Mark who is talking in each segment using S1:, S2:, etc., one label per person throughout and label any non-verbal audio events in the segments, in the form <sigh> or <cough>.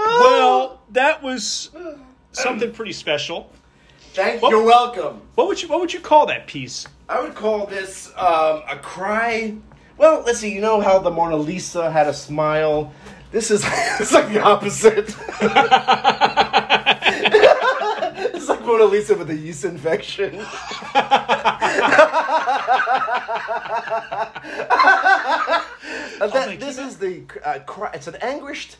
S1: Oh.
S2: well, that was something pretty special.
S1: Thank you. You're welcome.
S2: What would you What would you call that piece?
S1: I would call this um, a cry. Well, let's see. You know how the Mona Lisa had a smile. This is <laughs> it's like the opposite. <laughs> it's like Mona Lisa with a yeast infection. Uh, that-
S2: my
S1: this is the uh, cry. It's an anguished.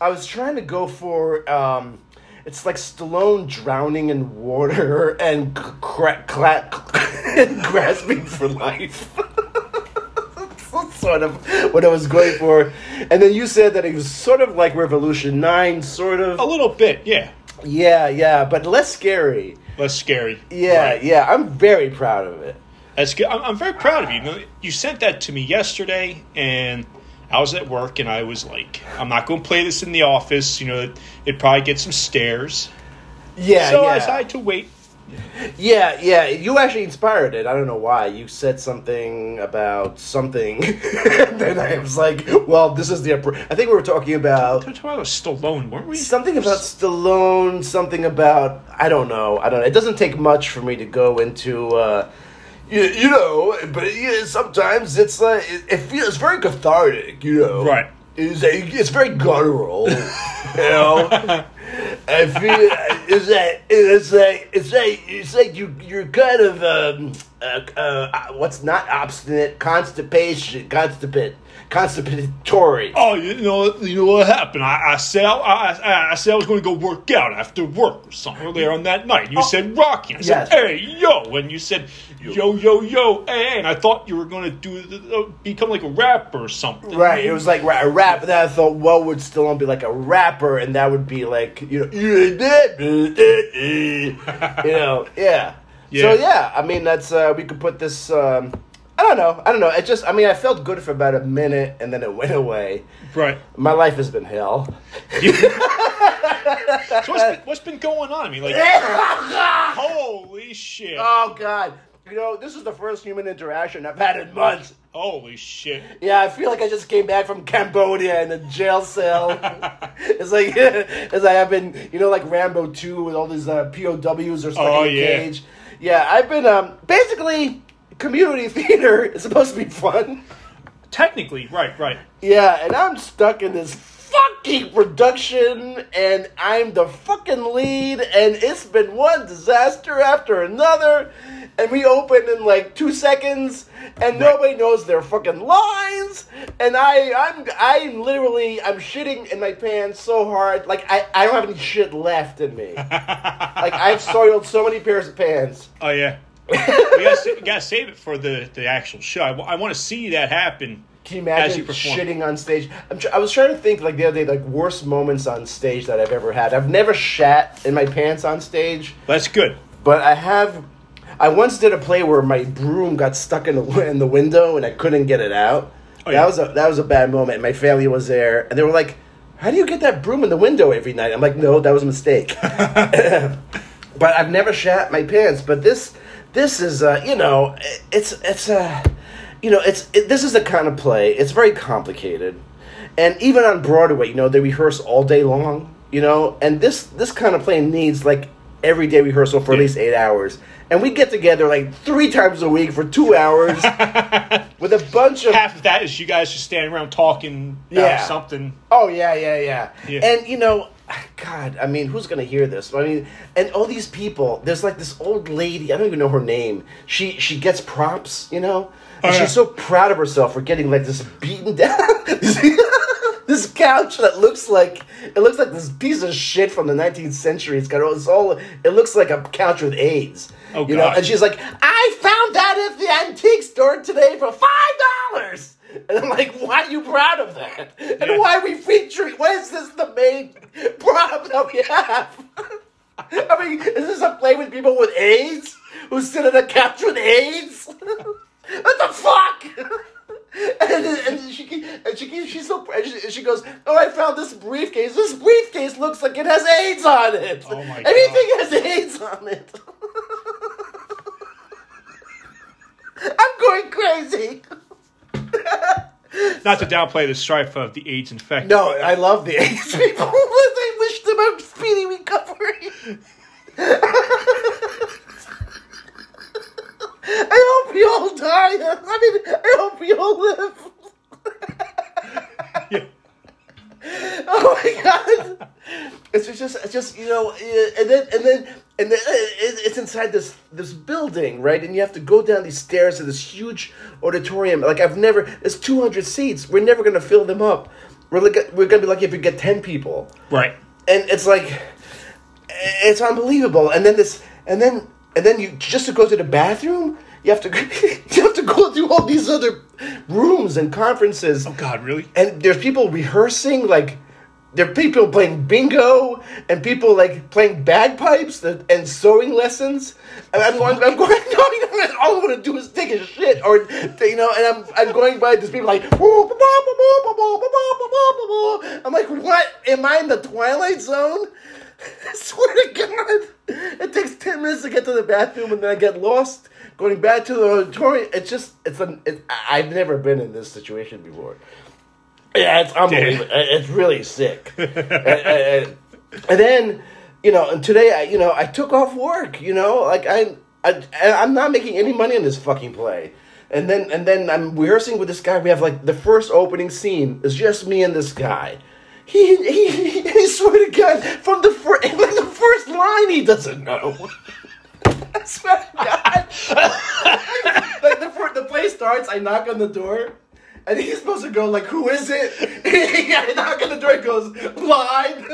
S1: I was trying to go for. Um, it's like Stallone drowning in water <laughs> and cra- cla- <laughs> and grasping for life. <laughs> That's sort of what I was going for. And then you said that it was sort of like Revolution 9, sort of.
S2: A little bit, yeah.
S1: Yeah, yeah, but less scary.
S2: Less scary.
S1: Yeah,
S2: Right.
S1: yeah, I'm very proud of it.
S2: That's good. I'm, I'm very proud of you. You sent that to me yesterday, and I was at work, and I was like, I'm not going to play this in the office. You know, it it'd probably get some stares.
S1: Yeah,
S2: so
S1: yeah.
S2: I decided to wait.
S1: Yeah, yeah. You actually inspired it. I don't know why. You said something about something, <laughs> and then I was like, "Well, this is the." Appro- I think we were talking about
S2: We were talking about Stallone, weren't we?
S1: something about Stallone. Something about I don't know. I don't. know. It doesn't take much for me to go into. Uh, you, you know, but yeah, sometimes it's like it, it feels very cathartic. You know,
S2: Right.
S1: It's a, it's very guttural. you know. I feel it's like it's like it's like it's like you you're kind of um uh, uh what's not obstinate constipation constipate constipatory.
S2: Oh, you know, you know what happened? I, I said I, I, I said I was going to go work out after work or something earlier on that night. You said Rocky. I said,
S1: Oh. Yes.
S2: "Hey, yo," and you said, "Yo, yo, yo, hey," hey," and I thought you were going to do the, uh, become like a rapper or something.
S1: Right, it was like ra- a rap. Then I thought, what would Stallone be like a rapper? And that would be like, you know, you <laughs> know, yeah.
S2: Yeah.
S1: So yeah, I mean, that's uh, we could put this. Um, I don't know. I don't know. It just, I mean, I felt good for about a minute, and then it <laughs> went away.
S2: Right.
S1: My life has been hell.
S2: So what's been, what's been going on? I
S1: <laughs>
S2: mean, like, holy shit,
S1: Oh God! You know, this is the first human interaction I've had in months.
S2: holy shit.
S1: Yeah, I feel like I just came back from Cambodia in a
S2: <laughs>
S1: jail cell. it's like, <laughs> it's like I've been, you know, like Rambo two with all these uh, POWs or stuck
S2: Oh,
S1: in a
S2: yeah.
S1: cage. Yeah, I've been um basically community <laughs> theater is supposed to be fun.
S2: Technically, right, right.
S1: Yeah, and I'm stuck in this fucking production, and I'm the fucking lead, and it's been one disaster after another. And we open in like two seconds, and nobody knows their fucking lines. And I, I'm, I'm literally, I'm shitting in my pants so hard, like I, I don't have any shit left in me. like I've soiled so many pairs of pants.
S2: Oh
S1: <laughs>
S2: yeah. we, gotta, sa- we gotta save it for the, the actual show. I, want to see that happen.
S1: Can you
S2: as you
S1: imagine
S2: perform.
S1: shitting on stage? I'm tr- I was trying to think like the other day, like worst moments on stage that I've ever had. I've never shat in my pants on stage,
S2: That's good.
S1: but I have. I once did a play where my broom got stuck in the wi- in the window and I couldn't get it out.
S2: Oh,
S1: that
S2: yeah.
S1: was a that was a bad moment. My family was there and they were like, "How do you get that broom in the window every night?" I'm like, "No, that was
S2: <laughs>
S1: a mistake." but I've never shat my pants. But this, this is, uh, you know, i- it's it's uh, you know, it's it, this is the kind of play. It's very complicated, and even on Broadway, you know, they rehearse all day long, you know, and this this kind of play needs like every day rehearsal for at least eight hours, and we get together like three times a week for two hours with a bunch of
S2: half of that is you guys just standing around talking about
S1: Yeah.
S2: something.
S1: Oh yeah, yeah, yeah,
S2: Yeah.
S1: And you know, God, I mean, who's gonna hear this? I mean, and all these people. There's like this old lady. I don't even know her name. She she gets props, you know.
S2: Oh,
S1: And
S2: yeah.
S1: She's so proud of herself for getting like this beaten down. <laughs> This couch that looks like it looks like this piece of shit from the 19th century. It's got all it's all. It looks like a couch with AIDS.
S2: Oh,
S1: you know,
S2: God.
S1: and she's like, I found that at the antique store today for five dollars. And I'm like, why are you proud of that? And
S2: Yeah.
S1: why are we featuring? Why is this the main problem that we have? <laughs> I mean, is this a play with people with AIDS who sit in a couch with AIDS? <laughs> what the fuck? <laughs> And, and she keep- and she keeps she's so and she, and she goes oh I found this briefcase this briefcase looks like it has AIDS on it
S2: Oh my God.
S1: everything has AIDS on it <laughs> I'm going crazy
S2: Not to downplay the strife of the AIDS infected.
S1: No, I love the AIDS <laughs> people. I wish them a speedy <laughs> recovery. I hope you all die. I mean, I hope you all live.
S2: Yeah.
S1: <laughs> Oh my god! It's just, it's just you know, uh, and then and then and then uh, it- it's inside this this building, right? And you have to go down these stairs to this huge auditorium. Like I've never, there's 200 seats. We're never gonna fill them up. We're like, we're gonna be lucky if we get 10 people
S2: Right.
S1: and it's like it's unbelievable and then this and then and then you just to go to the bathroom you have to <laughs> you have to go through all these other rooms and conferences
S2: Oh God, really?
S1: and there's people rehearsing like there are people playing bingo and people like playing bagpipes and and sewing lessons. And I'm going, I'm going, <laughs> no, you know, all I want to do is take a shit, or you know, and I'm I'm going by these people like, I'm like, what? Am I in the Twilight Zone? <laughs> I swear to God, it takes ten minutes to get to the bathroom, and then I get lost going back to the auditorium. It's just, it's an, it, I- I've never been in this situation before. Yeah, it's unbelievable. I- It's really sick. and, and- and then, you know, and today, I, you know, I took off work. You know, like I, I, I'm not making any money on this fucking play. And then, and then I'm rehearsing with this guy. We have like the first opening scene is just me and this guy. He, he, he, he swear to God, from the fir- <laughs> like the first line, he doesn't know. <laughs> I swear to God. like the fir- the play starts, I knock on the door, and he's supposed to go like, "Who is it?" <laughs> I knock on the door, he goes, "Blind."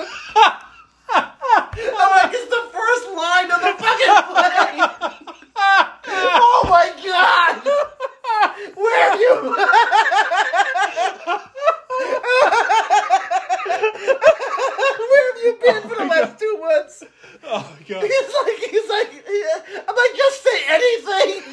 S1: I'm like, it's the first line of the fucking play. <laughs> oh my god! Where have you? <laughs> Where have you been for the last two months?
S2: Oh God.
S1: <laughs> He's like, he's like, yeah. I'm like, just say anything.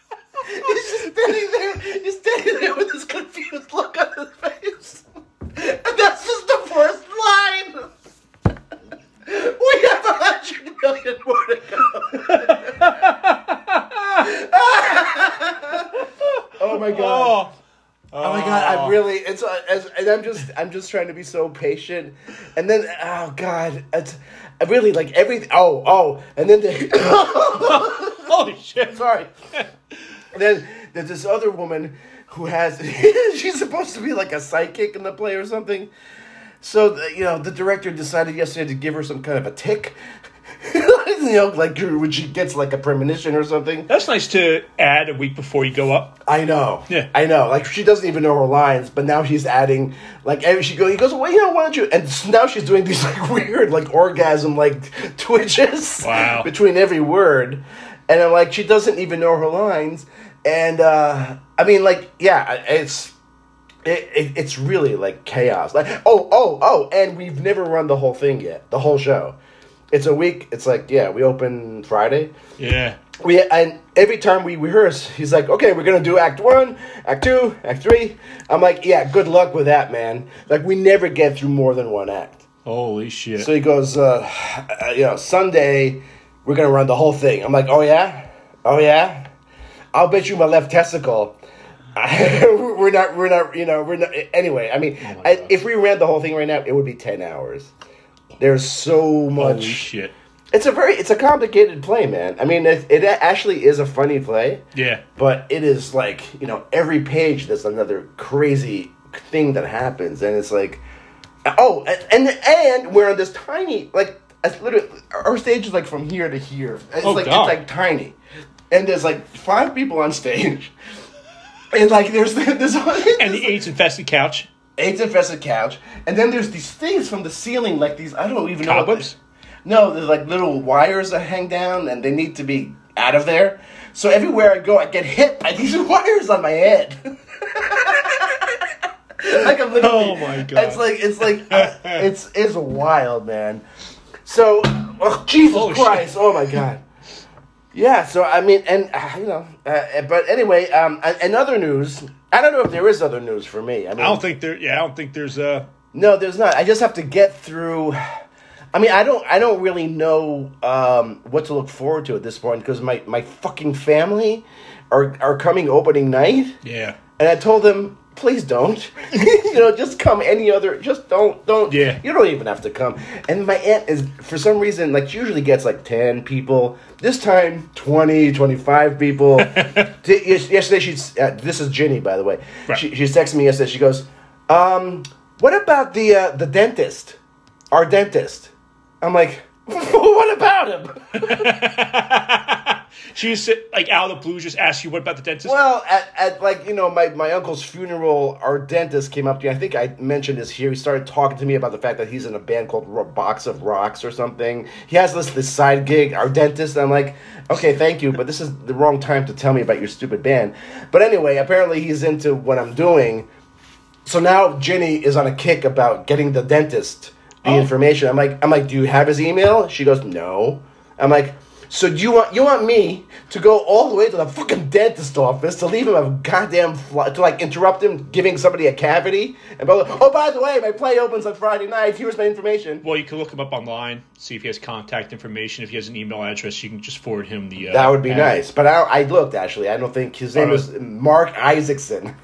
S1: <laughs> he's just standing there, he's standing there with this confused look on his face. <laughs> And that's just the first line. <laughs> we have a hundred million more to go. <laughs> oh my
S2: Oh.
S1: Oh my god, I'm really it's uh, as and I'm just I'm just trying to be so patient, and then oh god, it's I really like everything. Oh oh, and then they
S2: Holy shit.
S1: <coughs> sorry. then there's this other woman who has <laughs> she's supposed to be like a psychic in the play or something. So the, you know the director decided yesterday to give her some kind of a tick. <laughs> you know, like when she gets like a premonition or something.
S2: That's nice to add a week before you go up.
S1: I know.
S2: Yeah.
S1: I know. Like she doesn't even know her lines, but now she's adding like and she go he goes, Well, you know, why don't you and s- now she's doing these <laughs> like weird like orgasm like <laughs> twitches
S2: Wow.
S1: between every word. And I'm like, she doesn't even know her lines. And uh I mean like yeah, I- it's it, it, it's really like chaos. Like oh oh oh, and we've never run the whole thing yet, the whole show. It's a week. It's like yeah, we open Friday
S2: Yeah.
S1: we and every time we rehearse, he's like, "Okay, we're gonna do Act One, Act Two, Act 3. I'm like, "Yeah, good luck with that, man." Like we never get through more than one act.
S2: Holy shit.
S1: So he goes, uh, uh, "You know, Sunday, we're gonna run the whole thing." I'm like, "Oh yeah, oh yeah, I'll bet you my left testicle." <laughs> we're not, we're not, you know, we're not. Anyway, I mean,
S2: Oh my
S1: I,
S2: God.
S1: if we ran the whole thing right now, it would be ten hours. There's so much.
S2: Holy shit.
S1: It's a very it's a complicated play, man. I mean, it, it actually is a funny play,
S2: Yeah.
S1: but it is like you know every page there's another crazy thing that happens, and it's like, oh, and and, and we're on this tiny like it's literally our stage is like from here to here. It's
S2: Oh,
S1: like
S2: God.
S1: it's like tiny, and there's like five people on stage, <laughs> and like there's <laughs> this
S2: And the AIDS infested couch.
S1: AIDS infested couch, and then there's these things from the ceiling, like these I don't even know. what
S2: Cobwebs?
S1: they- No, there's like little wires that hang down, and they need to be out of there. So everywhere I go, I get hit by <laughs> these wires on my head. <laughs> like I'm literally.
S2: Oh my God.
S1: It's like it's like it's it's wild, man. So, oh, Jesus
S2: Oh, shit.
S1: Christ! Oh my God! Yeah. So I mean, and uh, you know, uh, but anyway, um, a- and other news. I don't know if there is other news for me. I
S2: I
S1: mean,
S2: don't think there. Yeah, I don't think there's a.
S1: no, there's not. I just have to get through. I mean, I don't. I don't really know um, what to look forward to at this point because my my fucking family are are coming opening night,
S2: Yeah.
S1: and I told them. Please don't. <laughs> you know, just come any other. Just don't, don't.
S2: Yeah.
S1: You don't even have to come. And my aunt is, for some reason, like, she usually gets like 10 people. This time, 20,
S2: <laughs>
S1: 25 people. Di- yes- yesterday, she's, uh, this is Ginny, by the way.
S2: Right.
S1: She, she's texting me yesterday. She goes, um, what about the, uh, the dentist? Our dentist. I'm like, <laughs> what about him?
S2: She just sit, like out of the blue, just asked you what about the dentist.
S1: Well, at, at like you know my, my uncle's funeral, our dentist came up to me. I think I mentioned this here. He started talking to me about the fact that he's in a band called Ro- Box of Rocks or something. He has this this side gig. Our dentist. I'm like, okay, thank you, but this is the wrong time to tell me about your stupid band. But anyway, apparently he's into what I'm doing. So now Ginny is on a kick about getting the dentist the
S2: Oh.
S1: information. I'm like, I'm like, do you have his email? She goes, no. I'm like, so do you want you want me to go all the way to the fucking dentist office to leave him a goddamn fly, to like interrupt him giving somebody a cavity? And by the- oh, by the way, my play opens on Friday night. Here's my information.
S2: Well, you can look him up online, see if he has contact information. If he has an email address, you can just forward him the. Uh,
S1: That would be
S2: ad.
S1: nice, but I, I looked actually. I don't think his name
S2: Alright.
S1: is Mark Isaacson.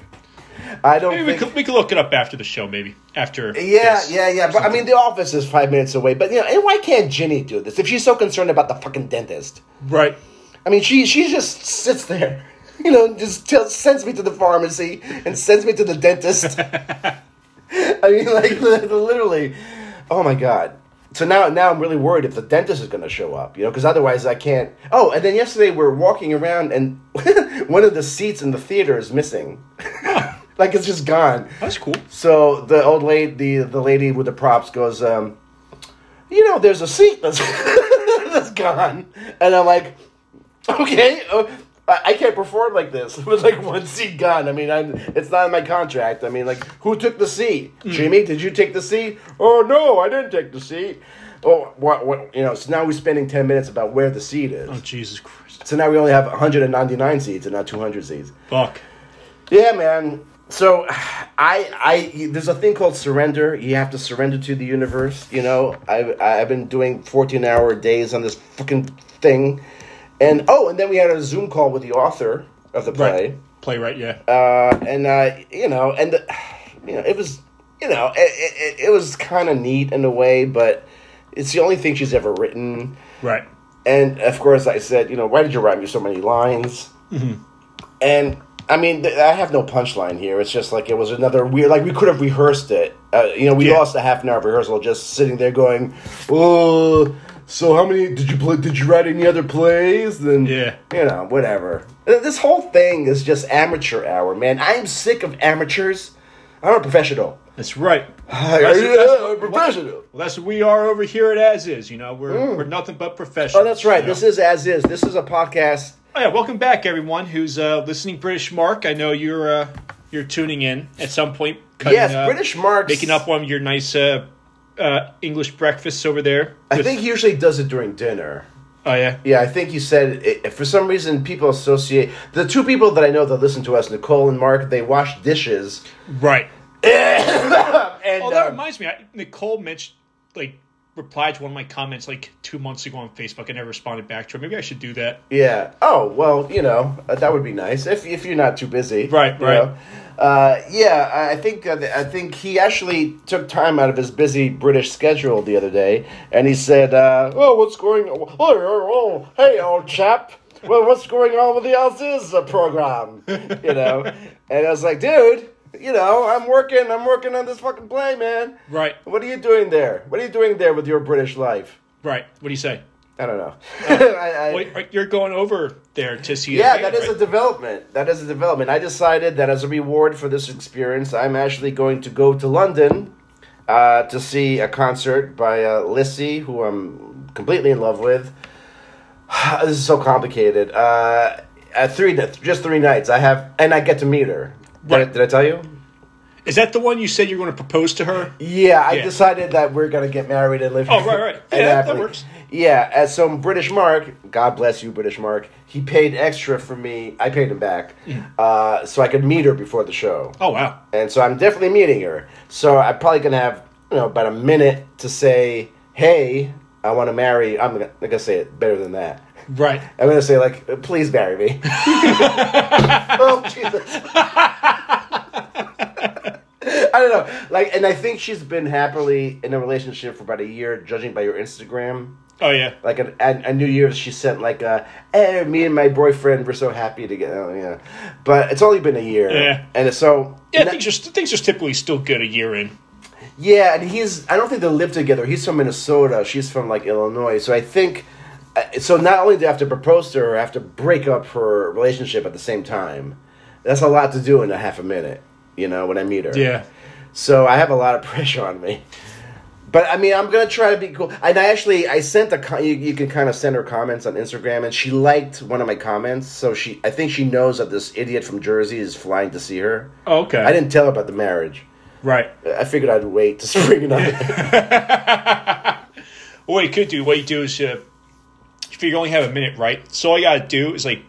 S1: I don't.
S2: Maybe we
S1: think,
S2: could, we could look it up after the show, maybe after.
S1: Yeah,
S2: this.
S1: yeah, yeah. But I mean, the office is five minutes away. But you know, and why can't Ginny do this if she's so concerned about the fucking dentist?
S2: Right.
S1: I mean, she she just sits there, <laughs> you know, just tells, sends me to the pharmacy and sends me to the dentist. <laughs> I mean, like <laughs> li- literally, oh my god. So now, now I'm really worried if the dentist is going to show up, you know, because otherwise I can't. Oh, and then yesterday we're walking around and <laughs> one of the seats in the theater is missing, <laughs> like it's just gone.
S2: That's cool.
S1: So the old lady, the, the lady with the props goes, um, you know, there's a seat that's, <laughs> that's gone. And I'm like, okay, uh, I I can't perform like this <laughs> with like one seat gone. I mean, I'm, it's not in my contract. I mean, like, who took the seat? Jimmy, did you take the seat? Oh, no, I didn't take the seat. Oh, what, what, you know, so now we're spending 10 minutes about where the seat is.
S2: Oh, Jesus Christ.
S1: So now we only have 199 seats and not 200 seats.
S2: Fuck.
S1: Yeah, man. So, I, I, there's a thing called surrender. You have to surrender to the universe. You know, I, I've been doing 14 hour days on this fucking thing, and oh, and then we had a Zoom call with the author of the play,
S2: Play right. Yeah.
S1: uh, and uh, you know, and the, you know, it was, you know, it, it, it was kind of neat in a way, but it's the only thing she's ever written.
S2: right.
S1: And of course, I said, you know, why did you write me so many lines?
S2: Mm-hmm.
S1: And I mean, th- I have no punchline here. It's just like it was another weird. Like we could have rehearsed it. Uh, you know, we
S2: Yeah.
S1: lost a half an hour rehearsal just sitting there going, "Oh, so how many did you play? Did you write any other plays?" Then
S2: Yeah.
S1: you know, whatever. Th- This whole thing is just amateur hour, man. I'm sick of amateurs. I'm a professional.
S2: That's right.
S1: I'm
S2: that's-
S1: a professional. Mm.
S2: Well, that's what we are over here at As Is. You know, we're we're nothing but professionals.
S1: Oh, that's right.
S2: you know?
S1: This is as is. This is a podcast.
S2: Oh, yeah, welcome back, everyone who's uh, listening. British Mark, I know you're uh, you're tuning in at some point. cutting,
S1: Yes,
S2: uh,
S1: British Marks.
S2: making up one of your nice uh, uh, English breakfasts over there.
S1: I
S2: with-
S1: think he usually does it during dinner.
S2: Oh yeah,
S1: Yeah, I think you said it, for some reason people associate the two people that I know that listen to us, Nicole and Mark. They wash dishes.
S2: right.
S1: And
S2: Oh, that
S1: um,
S2: reminds me. I, Nicole mentioned, like, replied to one of my comments like two months ago on Facebook. I never responded back to her. Maybe I should do that.
S1: yeah. Oh well, you know uh, that would be nice if if you're not too busy.
S2: Right,
S1: you
S2: right.
S1: know. Uh, yeah, I- I think uh, th- I think he actually took time out of his busy British schedule the other day, and he said, uh, "Oh, what's going? on? Oh, oh, oh, hey, old chap, well, what's going on with the Alziz
S2: <laughs>
S1: program?" You know, and I was like, "Dude, you know, I'm working, I'm working on this fucking play, man.
S2: Right,
S1: What are you doing there? What are you doing there with your British life?
S2: right. What do you say?
S1: I don't know. <laughs> I, I,
S2: Well, you're going over there to see. the
S1: yeah,
S2: band,
S1: that is
S2: right?
S1: a development. That is a development. I decided that as a reward for this experience, I'm actually going to go to London uh, to see a concert by uh, Lissy, who I'm completely in love with. <sighs> this is so complicated. Uh, at three, just three nights, I have, and I get to meet her. Did, I,
S2: Right.
S1: did I tell you?
S2: Is that the one you said you were going to propose to her?
S1: Yeah, I
S2: Yeah.
S1: decided that we're gonna get married and live.
S2: Oh,
S1: <laughs>
S2: right, right.
S1: in
S2: Yeah, that
S1: Napoli.
S2: works.
S1: Yeah, as some British mark, God bless you, British mark. He paid extra for me. I paid him back,
S2: Mm.
S1: uh, so I could meet her before the show.
S2: Oh wow.
S1: And so I'm definitely meeting her. So I'm probably gonna have you know about a minute to say, "Hey, I want to marry." I'm gonna, I'm gonna say it better than that. <laughs>
S2: Right.
S1: I'm gonna say like, "Please marry
S2: <laughs>
S1: me." oh Jesus. I don't know. Like, and I think she's been happily in a relationship for about a year, judging by your Instagram.
S2: Oh yeah.
S1: Like, an, at, at New Year's, she sent like, uh, "Hey, me and my boyfriend were so happy together." Oh, yeah, but it's only been a year,
S2: Yeah.
S1: and so
S2: Yeah, things are st- things are typically still good a year in.
S1: yeah, and he's. I don't think they live together. He's from Minnesota. She's from like Illinois. So I think. uh, So not only do I have to propose to her, I have to break up her relationship at the same time. That's a lot to do in a half a minute. You know when I meet her.
S2: Yeah.
S1: So I have a lot of <laughs> pressure on me. But I mean, I'm gonna try to be cool. And I actually, I sent a. co- You, you can kind of send her comments on Instagram, and she liked one of my comments. So she, I think she knows that this idiot from Jersey is flying to see her.
S2: Oh, okay.
S1: I didn't tell her about the marriage.
S2: Right.
S1: I figured I'd wait to <laughs> spring it up.
S2: Well, what you could do, what you do is uh, if you only have a minute, right? So all you gotta do is like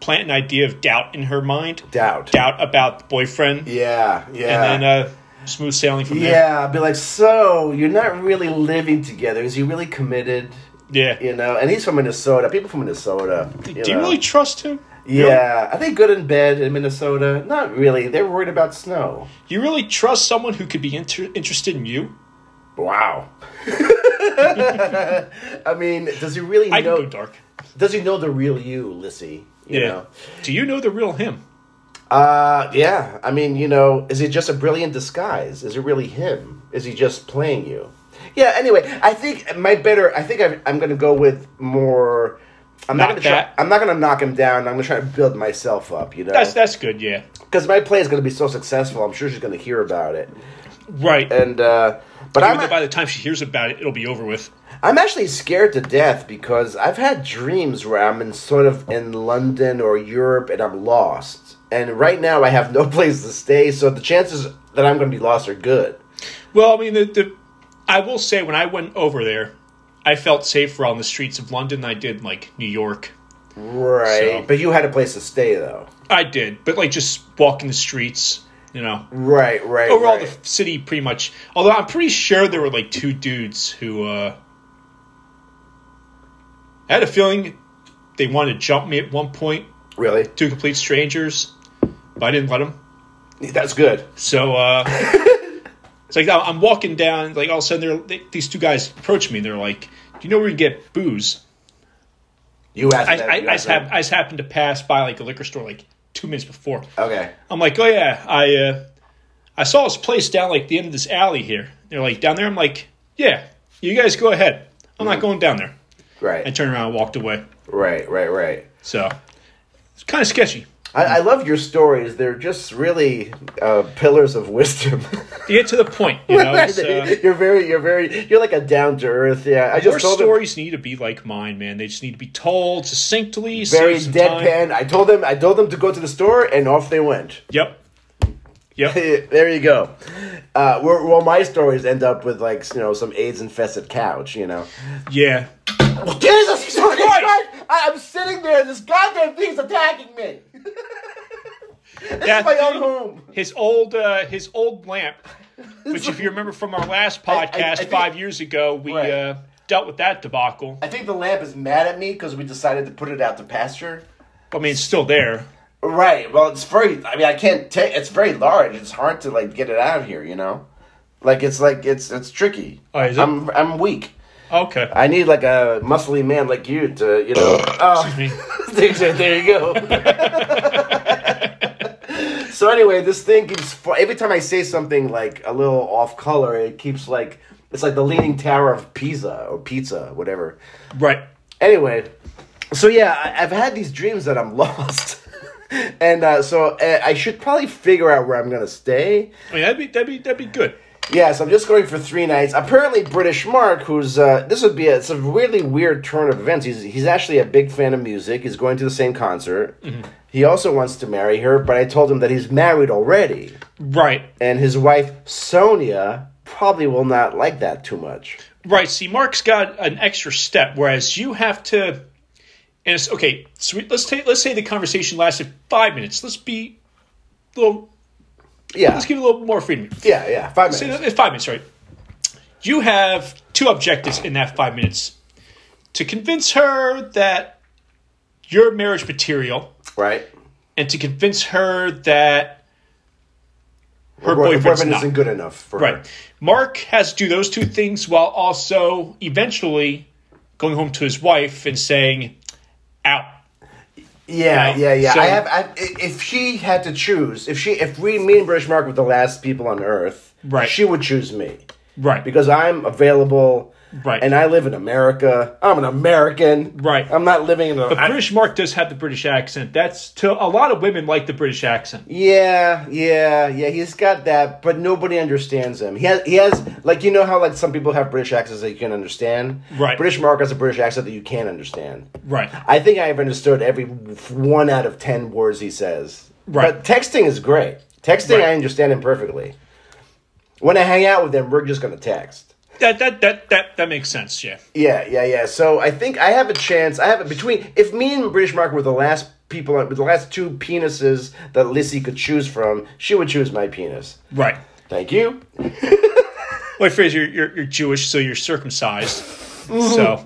S2: plant an idea of doubt in her mind,
S1: Doubt.
S2: doubt about the boyfriend,
S1: Yeah, yeah.
S2: and then uh, smooth sailing from there.
S1: yeah, I'd be like, so you're not really living together. Is he really committed?
S2: Yeah.
S1: You know, and he's from Minnesota. People from Minnesota. You
S2: Do you
S1: know.
S2: really trust him? You really-
S1: Yeah, are they good in bed in Minnesota? Not really. They're worried about snow.
S2: You really trust someone who could be inter- interested in you?
S1: Wow. <laughs> I mean, does he really
S2: I can
S1: know?
S2: go dark.
S1: Does he know the real you, Lissy? You
S2: yeah.
S1: Know?
S2: Do you know the real him?
S1: Uh, yeah. I mean, you know, is it just a brilliant disguise? Is it really him? Is he just playing you? Yeah. Anyway, I think my better. I think I'm, I'm going to go with more. I'm
S2: Knock
S1: not, gonna try,
S2: that.
S1: I'm not gonna knock him down. I'm gonna try to build myself up, you know,
S2: That's that's good. Yeah.
S1: because my play is gonna be so successful. I'm sure she's gonna hear about it,
S2: Right.
S1: and uh, but
S2: Even
S1: I'm
S2: though by the time she hears about it, it'll be over with.
S1: I'm actually scared to death because I've had dreams where I'm in sort of in London or Europe and I'm lost. And right now I have no <laughs> place to stay, so the chances that I'm going to be lost are good.
S2: Well, I mean, the, the I will say when I went over there, I felt safer on the streets of London than I did like New York.
S1: Right.
S2: So-
S1: But you had a place to stay though.
S2: I did, but like just walking the streets, you know.
S1: Right, right.
S2: Overall,
S1: right.
S2: the city pretty much. Although I'm pretty sure there were like two dudes who. uh I had a feeling they wanted to jump me at one point,
S1: really?
S2: two complete strangers, but I didn't let them.
S1: That's good.
S2: So
S1: <laughs>
S2: uh, it's like I'm I'm walking down, like all of a sudden, they're, they, these two guys approach me. and They're like, "Do you know where you can get booze?"
S1: You asked
S2: I,
S1: that.
S2: I, I,
S1: you
S2: just
S1: asked
S2: hap-
S1: that.
S2: I just happened to pass by like a liquor store like two minutes before.
S1: Okay.
S2: I'm like, "Oh yeah, I uh, I saw this place down like the end of this alley here." They're like, "Down there?" I'm like, "Yeah, you guys go ahead. I'm
S1: Mm.
S2: not going down there." I
S1: Right.
S2: turned around and walked away.
S1: Right, right, right.
S2: So it's kind of sketchy.
S1: I, I love your stories. They're just really uh, pillars of <laughs> wisdom.
S2: You get to the point, you know. It's, uh,
S1: <laughs> you're very, you're very, you're like a down to earth. Yeah, I just
S2: Your
S1: told him-
S2: stories need to be like mine, man. They just need to be told succinctly.
S1: very
S2: save some time.
S1: deadpan. I told them I told them to go to the store, and off they went. <laughs>
S2: Yep. Yep.
S1: there you go. Uh, where, well, my stories end up with like you know some AIDS infested couch. You know,
S2: Yeah.
S1: <laughs> Jesus
S2: Christ!
S1: fucking Christ! I, I'm sitting there. This goddamn thing's attacking me.
S2: That's
S1: my own home.
S2: His old uh, his old lamp, which if you remember from our last podcast
S1: I think-
S2: five years ago, we
S1: Right.
S2: uh, dealt with that debacle.
S1: I think the lamp is mad at me because we decided to put it out to pasture.
S2: I mean, it's still there.
S1: Right. Well, it's very. I mean, I can't take. It's very large. It's hard to like get it out of here. You know, like it's like it's it's tricky.
S2: Oh, is it?
S1: I'm I'm weak.
S2: Okay.
S1: I need like a muscly man like you to, you know. oh, <laughs>
S2: Me.
S1: there there you go. so anyway, this thing keeps fa- every time I say something like a little off color, it keeps like it's like the leaning tower of Pisa or pizza, whatever.
S2: Right.
S1: Anyway, so yeah, I, I've had these dreams that I'm <laughs> lost. eh, And uh, so uh, I should probably figure out where I'm gonna stay.
S2: I mean, that'd be that'd be that'd be good.
S1: Yeah, so I'm just going for three nights. Apparently, British Mark, who's uh, this would be a, it's a really weird turn of events. He's he's actually a big fan of music. He's going to the same concert.
S2: Mm-hmm.
S1: He also wants to marry her, but I told him that he's married already,
S2: Right.
S1: and his wife Sonia probably will not like that too much.
S2: Right. See, Mark's got an extra step, whereas you have to. And it's okay. So we, let's take. Let's say the conversation lasted five minutes. Let's be a little.
S1: Yeah,
S2: Let's give it a little more freedom.
S1: yeah, yeah. Five
S2: Say
S1: minutes.
S2: that- It's five minutes, right? You have two objectives in that five minutes: to convince her that you're marriage material,
S1: Right.
S2: and to convince her that her
S1: Her
S2: boyfriend's
S1: boyfriend
S2: not.
S1: isn't good enough for her.
S2: Right. Mark has to do those two things while also eventually going home to his wife and saying, out.
S1: Yeah,
S2: Right?
S1: yeah, yeah.
S2: So-
S1: I have. I, if she had to choose, if she, if we, me and British Mark were the last people on Earth,
S2: Right.
S1: she would choose me
S2: Right.
S1: because I'm available,
S2: Right.
S1: And I live in America. I'm an American,
S2: Right.
S1: I'm not living in a.
S2: but
S1: I-
S2: British Mark does have the British accent. That's to a lot of women like the British accent.
S1: yeah, yeah, yeah. He's got that, but nobody understands him. He has, he has, like you know how like some people have British accents that you can understand.
S2: Right.
S1: British Mark has a British accent that you can't understand.
S2: Right.
S1: I think I've understood every one out of ten words he says.
S2: Right.
S1: But texting is great. Texting,
S2: Right.
S1: I understand him perfectly. When I hang out with him, we're just going to text.
S2: That that that that that makes sense. Yeah.
S1: Yeah, yeah, yeah. So I think I have a chance. I have a between. If me and British Mark were the last people, were the last two penises that Lissy could choose from, she would choose my penis.
S2: Right.
S1: Thank you.
S2: Wait, Fraser, you're, you're you're Jewish, so you're circumcised. so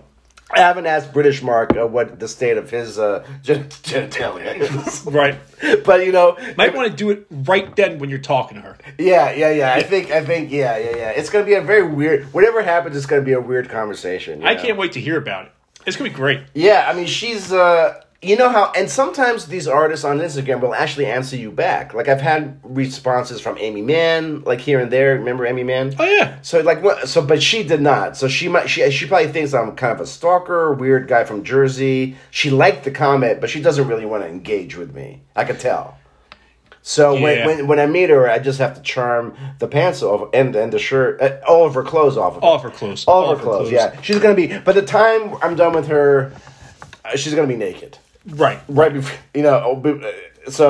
S1: I haven't asked British Mark uh, what the state of his uh, <laughs> gen- genitalia
S2: <laughs>
S1: is, <laughs>
S2: right.
S1: but you know,
S2: Might want to do it right then when you're talking to her.
S1: Yeah, yeah, yeah. I think, I think, yeah, yeah, yeah. It's gonna be a very weird. Whatever happens, it's gonna be a weird conversation. you
S2: I
S1: know?
S2: can't wait to hear about it. It's gonna be great.
S1: Yeah, I mean, she's. uh You know how? And sometimes these artists on Instagram will actually answer you back. Like I've had responses from Amy Mann, like here and there. Remember Amy Mann?
S2: Oh yeah.
S1: So like what? So but she did not. So she might. She she probably thinks I'm kind of a stalker, weird guy from Jersey. She liked the comment, but she doesn't really want to engage with me. I could tell. So
S2: Yeah.
S1: when, when when I meet her, I just have to charm the pants off and and the shirt, uh, all of her clothes off of her.
S2: All of her clothes.
S1: all, of her clothes. Yeah, she's gonna be. By the time I'm done with her, uh, she's gonna be naked.
S2: Right.
S1: Right before you know. oh, bo- uh, So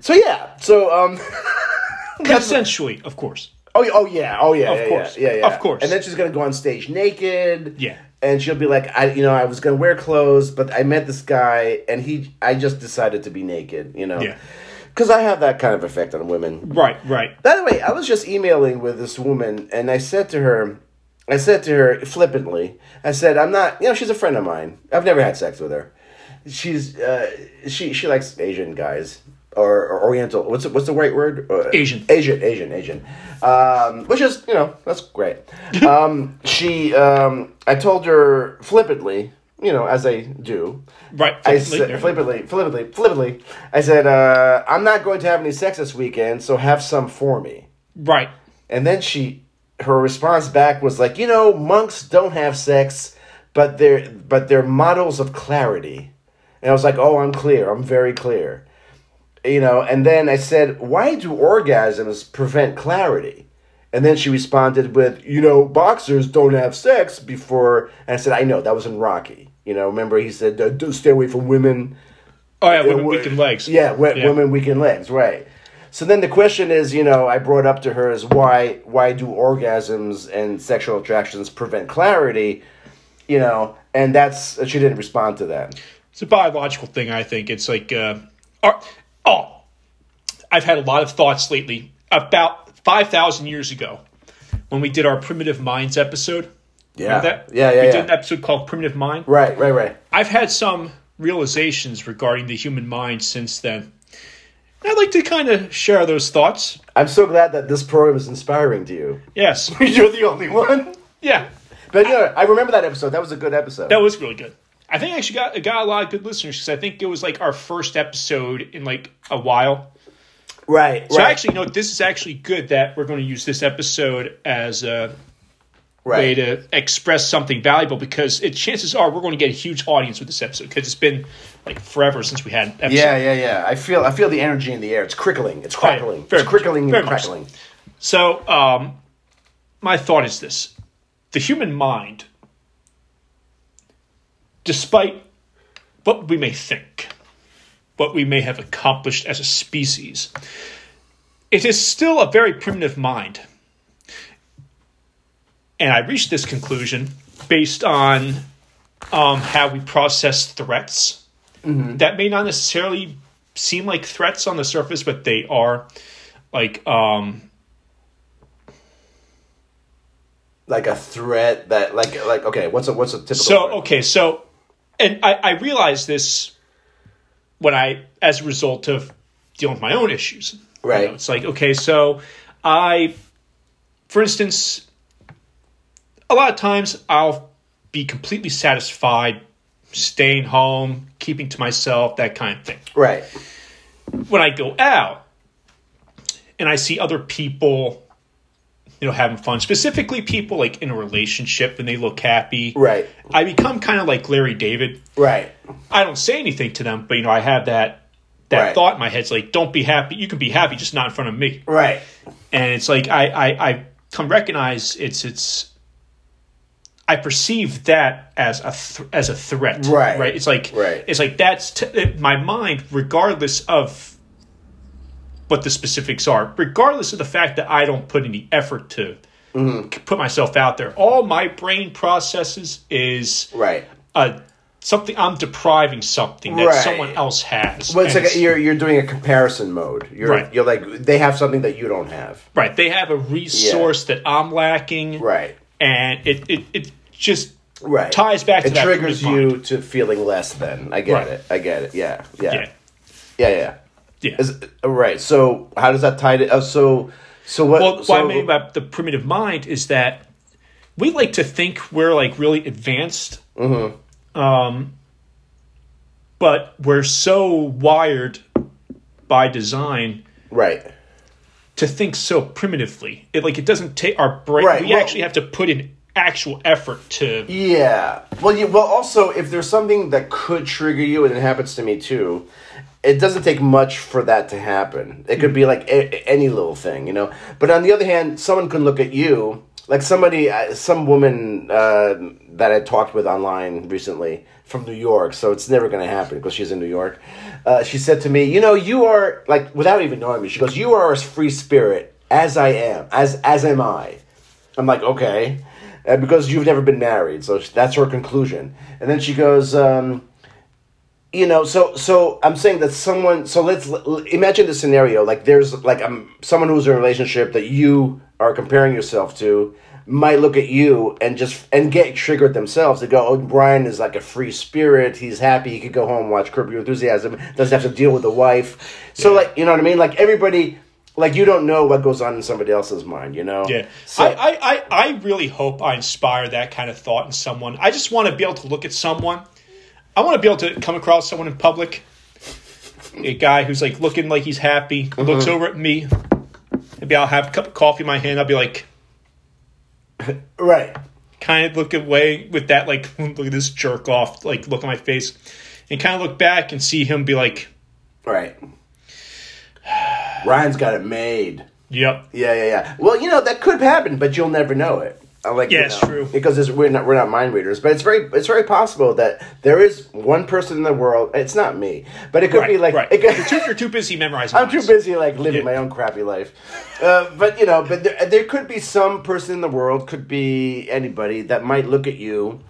S1: so yeah. So um. <laughs>
S2: Consensually, of course.
S1: Oh, yeah- oh yeah, oh yeah,
S2: Of
S1: yeah,
S2: course.
S1: yeah, yeah, yeah.
S2: Of course.
S1: And then she's gonna go on stage naked.
S2: Yeah.
S1: and she'll be like, I, you know, I was gonna wear clothes, but I met this guy, and he, I just decided to be naked, you know.
S2: Yeah.
S1: Because I have that kind of effect on women.
S2: Right, right.
S1: By the way, I was just emailing with this woman, and I said to her, I said to her flippantly, I said, I'm not, you know, she's a friend of mine. I've never had sex with her. She's, uh, she, she likes Asian guys. Or, or Oriental. What's the, what's the right word? Uh,
S2: Asian.
S1: Asian, Asian, Asian. Um, which is, you know, that's great. Um, she, um, I told her flippantly, you know, as I do.
S2: Right.
S1: I
S2: flippantly,
S1: said, flippantly, flippantly, flippantly. I said, uh, I'm not going to have any sex this weekend, so have some for me.
S2: Right.
S1: And then she, her response back was like, you know, monks don't have sex, but they're but they're models of clarity. And I was like, oh, I'm clear. I'm very clear. You know. And then I said, why do orgasms prevent clarity? And then she responded with, you know, boxers don't have sex before. And I said, I know that was in Rocky. You know, remember he said, uh, do stay away from women.
S2: Oh yeah, women
S1: It wa-
S2: weakened legs.
S1: Yeah, we-
S2: Yeah.
S1: women weaken legs, right. So then the question is, you know, I brought up to her is why why do orgasms and sexual attractions prevent clarity, you know, and that's she didn't respond to that.
S2: It's a biological thing, I think. It's like uh ar- oh I've had a lot of thoughts lately about five thousand years ago when we did our primitive minds episode.
S1: Yeah.
S2: Remember that?
S1: Yeah, yeah,
S2: We
S1: yeah.
S2: did an episode called Primitive Mind.
S1: Right, right, right.
S2: I've had some realizations regarding the human mind since then. And I'd like to kind of share those thoughts.
S1: I'm so glad that this program is inspiring to you.
S2: Yes.
S1: <laughs> You're the only one.
S2: Yeah.
S1: But no, I remember that episode. That was a good episode.
S2: That was really good. I think I actually got got a lot of good listeners because I think it was like our first episode in like a while.
S1: right,
S2: So
S1: right,
S2: actually, no, this is actually good that we're going to use this episode as a way
S1: right.
S2: to express something valuable because it, chances are we're going to get a huge audience with this episode because it's been like forever since we had an episode.
S1: Yeah, yeah, yeah. I feel I feel the energy in the air. It's crickling. It's crackling.
S2: very
S1: it's crickling
S2: much. Very
S1: and
S2: much.
S1: crackling.
S2: So um, my thought is this the human mind, despite what we may think, what we may have accomplished as a species, it is still a very primitive mind. And I reached this conclusion based on um, how we process threats that may not necessarily seem like threats on the surface, but they are like um,
S1: Like a threat that, like, like okay, what's a what's a typical?
S2: So
S1: threat?
S2: okay, so and I, I realized this when I as a result of dealing with my own issues. You
S1: Right.
S2: know, it's like, okay, so I for instance a lot of times I'll be completely satisfied staying home, keeping to myself, that kind of thing
S1: right,
S2: when I go out and I see other people, you know, having fun, specifically people like in a relationship and they look happy.
S1: Right.
S2: I become kind of like Larry David.
S1: right,
S2: I don't say anything to them, but you know, I have that that
S1: Right.
S2: thought in my head. It's like, don't be happy. You can be happy, just not in front of me.
S1: right,
S2: And it's like I I, I come recognize it's it's. I perceive that as a th- as a threat,
S1: Right.
S2: Right? It's like
S1: Right.
S2: it's like that's t- it- my mind, regardless of what the specifics are, regardless of the fact that I don't put any effort to
S1: Mm-hmm.
S2: c- put myself out there. All my brain processes is
S1: right.
S2: uh, something I'm depriving something that
S1: Right.
S2: someone else has.
S1: Well, it's
S2: And
S1: like a, you're you're doing a comparison mode. You're
S2: Right.
S1: you're like they have something that you don't have.
S2: right. They have a resource that I'm lacking,
S1: Right,
S2: and it it, it just
S1: right.
S2: ties back to
S1: it
S2: that
S1: triggers
S2: primitive
S1: you
S2: mind.
S1: to feeling less. Then I get
S2: Right.
S1: it. I get it. Yeah, yeah,
S2: Yeah,
S1: yeah, yeah. yeah.
S2: yeah.
S1: Is, right. So how does that tie to? Oh, so so what?
S2: well,
S1: so,
S2: what I mean by the primitive mind is that we like to think we're like really advanced, um,
S1: Mm-hmm.
S2: but we're so wired by design
S1: right.
S2: to think so primitively. It like it doesn't take our brain.
S1: Right,
S2: we
S1: well-
S2: actually have to put in actual effort to.
S1: Yeah. Well, you, well. Also, if there's something that could trigger you, and it happens to me too, it doesn't take much for that to happen. It could be like a, any little thing, you know. But on the other hand, someone can look at you like somebody, uh, some woman uh, that I talked with online recently from New York. So it's never going to happen because she's in New York. Uh, she said to me, "You know, you are like without even knowing me. She goes, you are as free spirit as I am, as as am I." I'm like, okay, uh, because you've never been married, so that's her conclusion. And then she goes, um, you know, so so I'm saying that someone. So let's l- l- imagine the scenario like there's like um someone who's in a relationship that you are comparing yourself to might look at you and just and get triggered themselves to go oh brian is like a free spirit he's happy he could go home watch curb your enthusiasm doesn't have to deal with the wife so like you know what i mean like everybody like you don't know what goes on in somebody else's mind you know
S2: Yeah,
S1: so,
S2: I, I, I, I really hope I inspire that kind of thought in someone. I just want to be able to look at someone. I want to be able to come across someone in public, a guy who's like looking like he's happy,
S1: Mm-hmm.
S2: looks over at me. Maybe I'll have a cup of coffee in my hand. I'll be like,
S1: right
S2: kind of look away with that, like, <laughs> look at this jerk off, like, look on my face, and kind of look back and see him be like,
S1: Right. Ryan's got it made.
S2: yep,
S1: Yeah, yeah, yeah. Well, you know that could happen, but you'll never know it. I like
S2: Yeah,
S1: you
S2: it's
S1: know,
S2: true.
S1: because it's, we're not we're not mind readers, but it's very it's very possible that there is one person in the world. It's not me, but it could be
S2: right,
S1: like
S2: right.
S1: it
S2: You're,
S1: could,
S2: too, you're too busy memorizing.
S1: <laughs> I'm too
S2: lines.
S1: busy like living my own crappy life. Uh, but you know, but there, there could be some person in the world, could be anybody that might look at you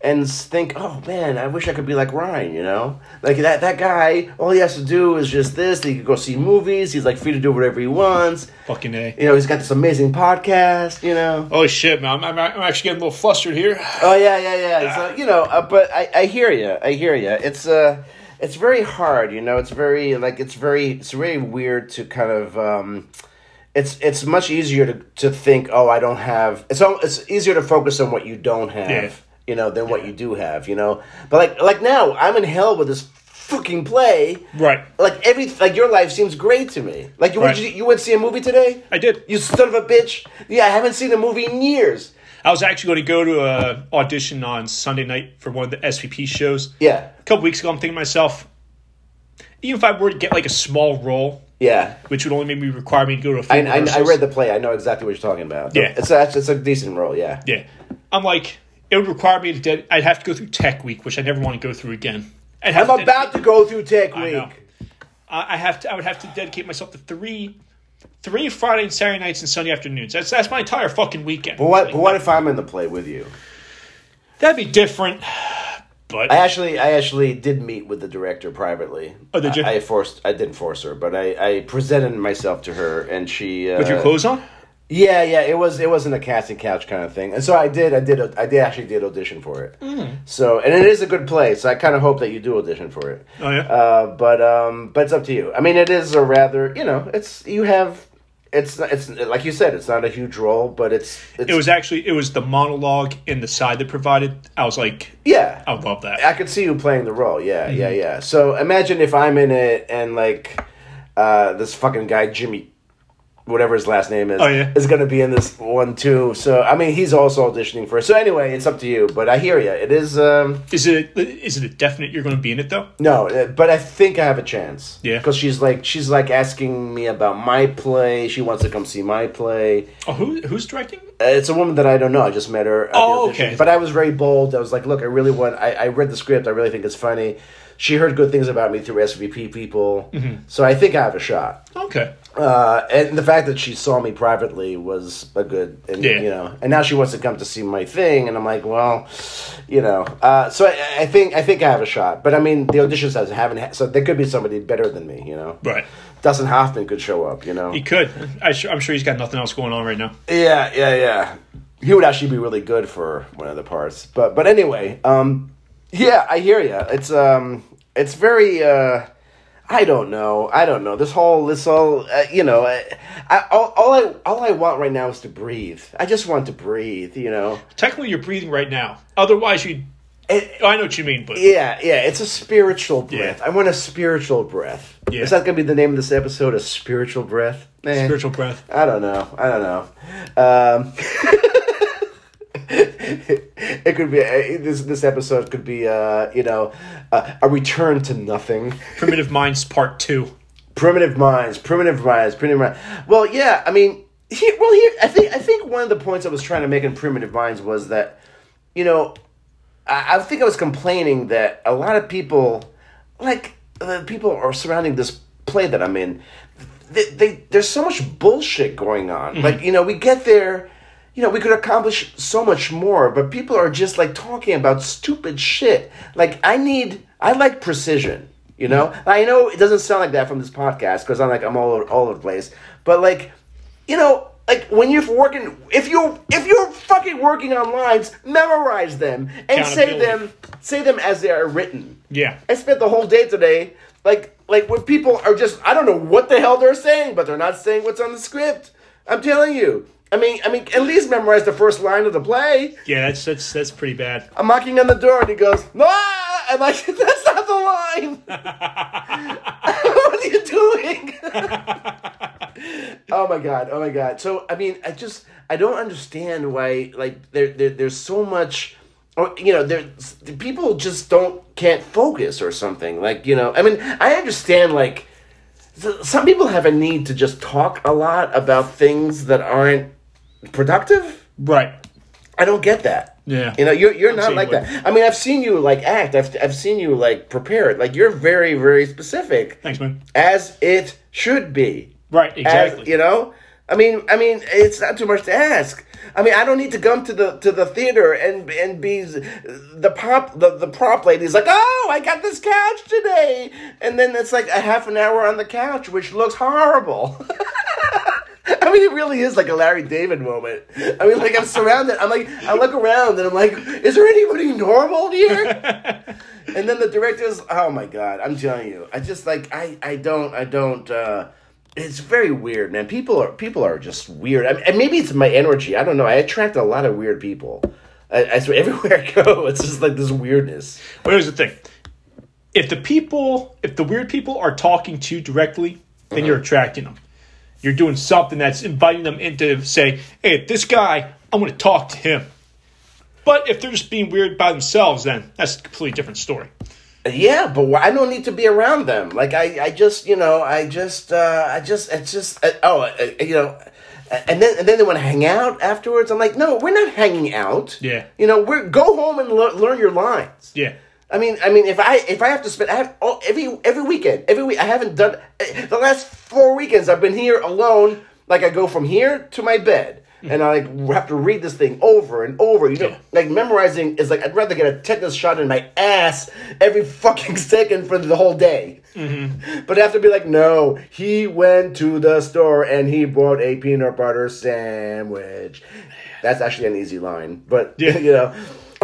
S1: and s- think, "Oh man, I wish I could be like Ryan." You know, like that that guy. All he has to do is just this. He could go see movies. He's like free to do whatever he wants.
S2: Fucking A.
S1: You know, he's got this amazing podcast. You know.
S2: Oh, shit, man. I'm, I'm, I'm actually getting a little flustered here.
S1: Oh yeah, yeah, yeah. So you know, uh, but I, I hear you. I hear you. It's uh, it's very hard. You know, it's very like it's very it's very weird to kind of. Um, it's it's much easier to to think. Oh, I don't have. It's al- it's easier to focus on what you don't have.
S2: Yeah.
S1: You know, than what you do have. You know, but like like now, I'm in hell with this fucking play.
S2: Right.
S1: Like every like your life seems great to me. Like you
S2: Right.
S1: went you, you went to see a movie today.
S2: I did.
S1: You son of a bitch. Yeah, I haven't seen a movie in years.
S2: I was actually going to go to a audition on Sunday night for one of the SVP shows.
S1: Yeah.
S2: A couple weeks ago, I'm thinking to myself, even if I were to get like a small role,
S1: Yeah.
S2: which would only maybe require me to go to a few
S1: I, I, I
S2: rehearsals.
S1: read the play. I know exactly what you're talking about.
S2: Yeah.
S1: It's a, it's a decent role, yeah.
S2: Yeah. I'm like, it would require me to. Ded- I'd have to go through tech week, which I never want to go through again. I'd have
S1: I'm about to go through Tech
S2: I know.
S1: Week.
S2: I I have to. I would have to dedicate myself to three, three Friday and Saturday nights and Sunday afternoons. That's that's my entire fucking weekend.
S1: But what, but what if I'm in the play with you?
S2: That'd be different. But
S1: I actually, I actually did meet with the director privately.
S2: Oh, did you?
S1: I, I forced, I didn't force her, but I, I presented myself to her, and she uh,
S2: with your clothes on,
S1: Yeah, yeah, it was, it wasn't a casting couch kind of thing, and so I did, I did, I did actually did audition for it.
S2: Mm.
S1: So, and it is a good play, so I kind of hope that you do audition for it.
S2: Oh, yeah?
S1: Uh, but um, but it's up to you. I mean, it is a rather, you know, it's you have, it's it's like you said, it's not a huge role, but it's it's
S2: it was actually it was the monologue and the side that provided. I was like,
S1: yeah.
S2: I love that.
S1: I could see you playing the role. Yeah, yeah,
S2: Mm-hmm.
S1: yeah. So imagine if I'm in it and like uh, this fucking guy Jimmy, whatever his last name is,
S2: Oh, yeah.
S1: is going to be in this one too. So I mean, he's also auditioning for it. So anyway, it's up to you. But I hear you. It is um,
S2: Is it is it a definite you're going to be in it though?
S1: no, uh, but I think I have a chance.
S2: Yeah.
S1: because she's like she's like asking me about my play. She wants to come see my play.
S2: Oh, who who's directing?
S1: Uh, it's a woman that I don't know. I just met her. At
S2: Oh,
S1: the audition.
S2: okay.
S1: But I was very bold. I was like, look, I really want. I, I read the script. I really think it's funny. She heard good things about me through SVP people,
S2: Mm-hmm.
S1: so I think I have a shot.
S2: Okay.
S1: Uh, and the fact that she saw me privately was a good, and,
S2: Yeah.
S1: you know. And now she wants to come to see my thing, and I'm like, well, you know. Uh, so I, I think I think I have a shot. But I mean, the auditions has haven't. Ha- so there could be somebody better than me, you know.
S2: Right.
S1: Dustin Hoffman could show up, you know.
S2: He could. I su- I'm sure he's got nothing else going on right now.
S1: Yeah, yeah, yeah. He would actually be really good for one of the parts. But but anyway, um yeah, I hear you. It's um it's very uh I don't know. I don't know. This whole this whole uh, you know, I, I all, all I all I want right now is to breathe. I just want to breathe, you know.
S2: Technically, you're breathing right now. Otherwise, you.
S1: It-
S2: I know what you mean, but
S1: Yeah, yeah, it's a spiritual breath.
S2: Yeah.
S1: I want a spiritual breath.
S2: Yeah.
S1: Is that going to be the name of this episode? A spiritual breath? Eh.
S2: spiritual breath.
S1: I don't know. I don't know. Um, <laughs> it could be uh, this. This episode could be, uh, you know, uh, a return to nothing.
S2: Primitive Minds Part Two.
S1: Primitive minds, primitive minds, primitive minds. Well, yeah. I mean, he, well, here I think I think one of the points I was trying to make in primitive minds was that, you know, I, I think I was complaining that a lot of people, like the people are surrounding this play that I'm in, they, they there's so much bullshit going on. Like you know, we get there, you know, we could accomplish so much more, but people are just like talking about stupid shit. Like I need, I like precision. You know, I know it doesn't sound like that from this podcast because I'm like I'm all over, all over the place, but like, you know. Like when you're working, if you if you're fucking working on lines, memorize them and say
S2: Accountability.
S1: them say them as they are written.
S2: Yeah.
S1: I spent the whole day today, like, like when people are just, I don't know what the hell they're saying, but they're not saying what's on the script. I'm telling you. I mean, I mean, at least memorize the first line of the play.
S2: Yeah, that's that's that's pretty bad.
S1: I'm knocking on the door, and he goes, "No!" I'm like, <laughs> "That's not the line." <laughs> what are you doing? <laughs> oh my god! Oh my god! So I mean, I just I don't understand why like there, there there's so much. Or, you know, there's people just don't can't focus or something. Like you know, I mean, I understand like so- some people have a need to just talk a lot about things that aren't productive.
S2: Right.
S1: I don't get that.
S2: Yeah.
S1: You know, you're you're not
S2: seeing
S1: like
S2: what-
S1: that. I mean, I've seen you like act. I've I've seen you like prepared. Like you're very very specific.
S2: Thanks, man.
S1: As it should be.
S2: Right.
S1: As-
S2: Exactly.
S1: you know. I mean, I mean, it's not too much to ask. I mean, I don't need to come to the to the theater and and be the pop the, the prop lady's like, oh, I got this couch today, and then it's like a half an hour on the couch, which looks horrible. <laughs> I mean, it really is like a Larry David moment. I mean, like I'm surrounded. I'm like, I look around and I'm like, is there anybody normal here? and then the director's, oh my god, I'm telling you, I just like, I, I don't, I don't. uh It's very weird, man. People are, people are just weird. I mean, and maybe it's my energy. I don't know. I attract a lot of weird people. I, I swear, <laughs> everywhere I go, it's just like this weirdness.
S2: But here's the thing: if the people, if the weird people are talking to you directly, then you're
S1: Uh-huh.
S2: attracting them. You're doing something that's inviting them into say, "Hey, if this guy, I'm going to talk to him." But if they're just being weird by themselves, then that's a completely different story.
S1: Yeah, but why- I don't need to be around them. Like I, I just, you know, I just, uh, I just, it's just, uh, oh, uh, you know, and then and then they want to hang out afterwards. I'm like, no, we're not hanging out.
S2: Yeah.
S1: you know, we're go home and lear- learn your lines.
S2: Yeah.
S1: I mean, I mean, if I if I have to spend I have, oh, every every weekend, every week I haven't done eh, the last four weekends. I've been here alone. Like I go from here to my bed, and I like have to read this thing over and over. You know,
S2: Yeah.
S1: like memorizing is like I'd rather get a tetanus shot in my ass every fucking <laughs> second for the whole day. But I have to be like, no, he went to the store and he bought a peanut butter sandwich. That's actually an easy line, but
S2: Yeah.
S1: <laughs> you know,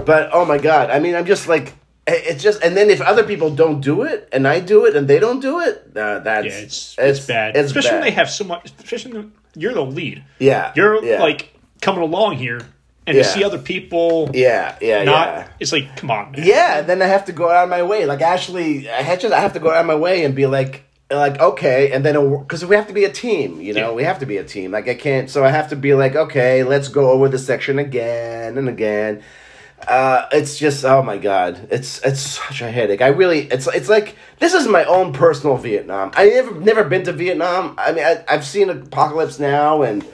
S1: but oh my god, I mean, I'm just like, it- it's just, and then if other people don't do it and I do it and they don't do it, uh, that's
S2: Yeah, it's it's, bad,
S1: It's
S2: especially
S1: bad.
S2: when they have so much. Especially when you're the lead.
S1: yeah,
S2: You're
S1: yeah.
S2: like coming along here, and
S1: Yeah.
S2: to see other people
S1: yeah, yeah,
S2: not.
S1: yeah.
S2: It's like, come on, man.
S1: Yeah, and then I have to go out of my way. Like actually, I had just I have to go out of my way and be like, like okay, and then because we have to be a team, you know,
S2: Yeah.
S1: we have to be a team. Like I can't, so I have to be like, okay, let's go over the section again and again. Uh, it's just oh my god, it's it's such a headache. I really, it's it's like this is my own personal Vietnam. I never never been to Vietnam. I mean, I, I've seen Apocalypse Now and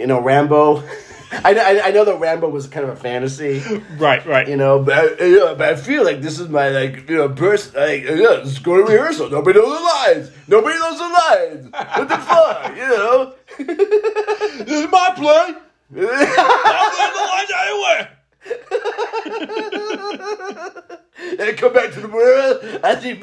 S1: you know Rambo. <laughs> I, know- I I know that Rambo was kind of a fantasy
S2: Right, right.
S1: you know, but I, you know, but I feel like this is my like you know person. Like, uh, yeah, let's go to rehearsal. Nobody knows the lines. Nobody knows the lines. What <laughs> the fuck, you know?
S2: this is my play. I'm anywhere.
S1: And come back to the world. I think.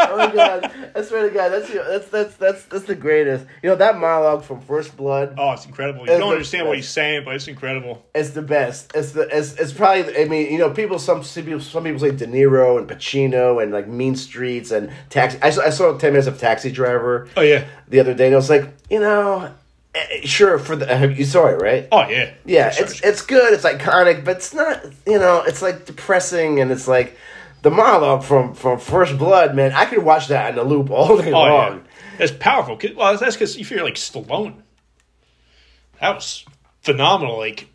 S1: oh my god! I swear to God, that's the- that's that's that's that's the greatest. You know that monologue from First Blood.
S2: Oh, it's incredible. You
S1: It's
S2: don't
S1: the-
S2: understand what he's saying, but it's incredible.
S1: It's the best. It's the it's, it's probably. I mean, you know, people. Some some people. Some people say De Niro and Pacino and like Mean Streets and Taxi. I saw, I saw ten minutes of Taxi Driver
S2: Oh yeah.
S1: the other day, and I was like, you know, eh, sure for the you saw it right?
S2: Oh yeah.
S1: Yeah,
S2: Sorry.
S1: it's it's good. It's iconic, but it's not. You know, it's like depressing, and it's like the monologue from from First Blood. Man, I could watch that in a loop all day
S2: oh
S1: long.
S2: yeah. That's powerful. 'Cause- Well, that's because you feel like Stallone. That was phenomenal. Like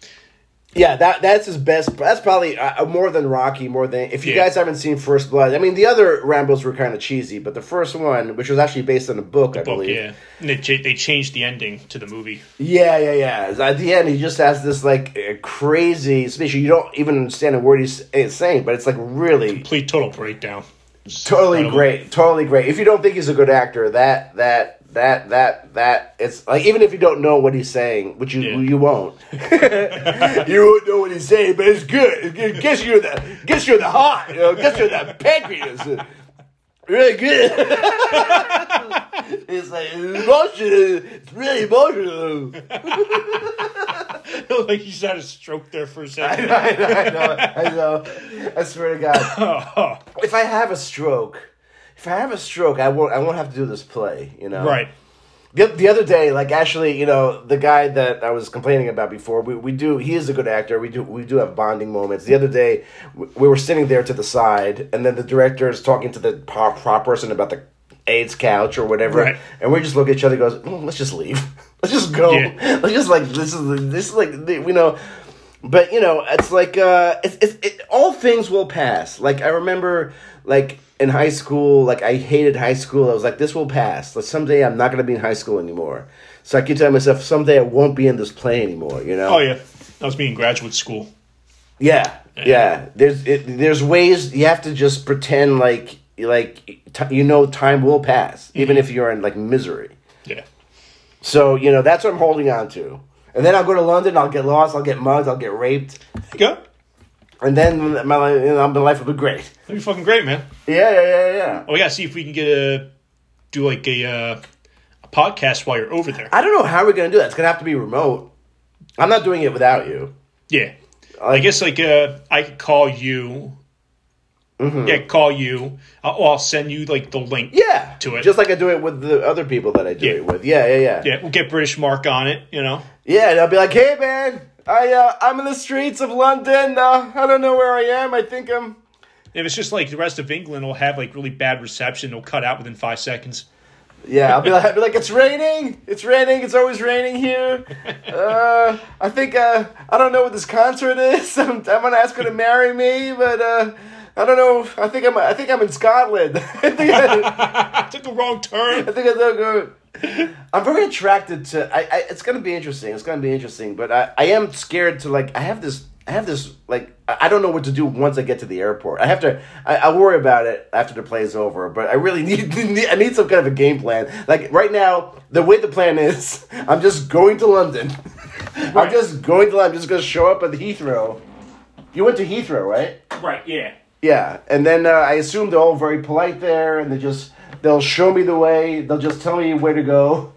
S1: Yeah, that that's his best. That's probably uh, more than Rocky, more than if you
S2: Yeah.
S1: guys haven't seen First Blood. I mean, the other Rambo's were kind of cheesy, but the first one, which was actually based on a book, I
S2: book,
S1: believe.
S2: yeah. And they, cha- they changed the ending to the movie.
S1: yeah, yeah, yeah. At the end, he just has this like uh, crazy speech. You don't even understand a word he's is saying, but it's like really
S2: Complete total breakdown. It's
S1: totally
S2: incredible.
S1: great, totally great. If you don't think he's a good actor, that that that that that it's like even if you don't know what he's saying, which you
S2: Yeah.
S1: you won't, <laughs> you won't know what he's saying, but it's good. It gets you the gets you the heart, you know, gets you the pancreas. Really good. <laughs> it's like it's emotional. It's really emotional. <laughs>
S2: <laughs> like he's had a stroke there
S1: <laughs>
S2: for a second.
S1: I know, I know, I know. I swear to God.
S2: <coughs>
S1: If I have a stroke, if I have a stroke, I won't. I won't have to do this play. You know,
S2: Right.
S1: The, the other day, like actually, you know, the guy that I was complaining about before, we, we do. He is a good actor. We do we do have bonding moments. The other day, we, we were sitting there to the side, and then the director is talking to the prop, prop person about the AIDS couch or whatever,
S2: Right.
S1: and we just look at each other. and Goes, "Mm, let's just leave. <laughs> Let's just go.
S2: Yeah.
S1: Let's just <laughs> like this is this is like you know. But you know, it's like uh, it's, it's it, all things will pass. Like I remember, like in high school, like I hated high school. I was like, this will pass. Like someday I'm not gonna be in high school anymore. So I keep telling myself, someday I won't be in this play anymore. You know?
S2: Oh yeah. That was me in graduate school.
S1: yeah, yeah. There's it, there's ways you have to just pretend like like t- you know time will pass, even
S2: Mm-hmm.
S1: if you're in like misery.
S2: Yeah.
S1: So you know that's what I'm holding on to. And then I'll go to London. I'll get lost. I'll get mugged. I'll get raped.
S2: Go.
S1: And then my life, you know, my life will be great.
S2: That'd be fucking great, man.
S1: Yeah, yeah, yeah, yeah.
S2: Oh, we gotta see if we can get a do like a uh, a podcast while you're over there.
S1: I don't know how we're gonna do that. It's gonna have to be remote. I'm not doing it without you.
S2: Yeah. I guess like uh, I could call you. Yeah, call you. I'll, I'll send you like the link.
S1: Mm-hmm. Yeah,
S2: To it.
S1: just like I do it with the other people that I do
S2: Yeah.
S1: it with. Yeah, yeah, yeah, yeah.
S2: Yeah, we'll get British Mark on it. You know.
S1: and I'll be like, hey man, I uh, I'm in the streets of London. Uh, I don't know where I am. I think I'm.
S2: If it's just like the rest of England will have like really bad reception, it'll cut out within five seconds. <laughs>
S1: Yeah, I'll be like, I'll be like, it's raining. It's raining. It's always raining here. Uh, I think uh, I don't know what this concert is. <laughs> I'm, I'm gonna ask her to marry me, but uh, I don't know. I think I'm. I think I'm in Scotland. <laughs> I think I,
S2: I took the wrong turn.
S1: <laughs> I think I don't go. I'm very attracted to. I, I. It's gonna be interesting. It's gonna be interesting. But I. I am scared to like. I have this. I have this like. I I don't know what to do once I get to the airport. I have to. I, I worry about it after the play is over. But I really <laughs> need, need. I need some kind of a game plan. Like right now, the way the plan is, <laughs> I'm just going to London. <laughs> I'm
S2: Right.
S1: just going to. London. I'm just gonna show up at Heathrow. You went to Heathrow, right?
S2: Right, yeah.
S1: Yeah, and then uh, I assume they're all very polite there, and they just they'll show me the way. They'll just tell me where to go.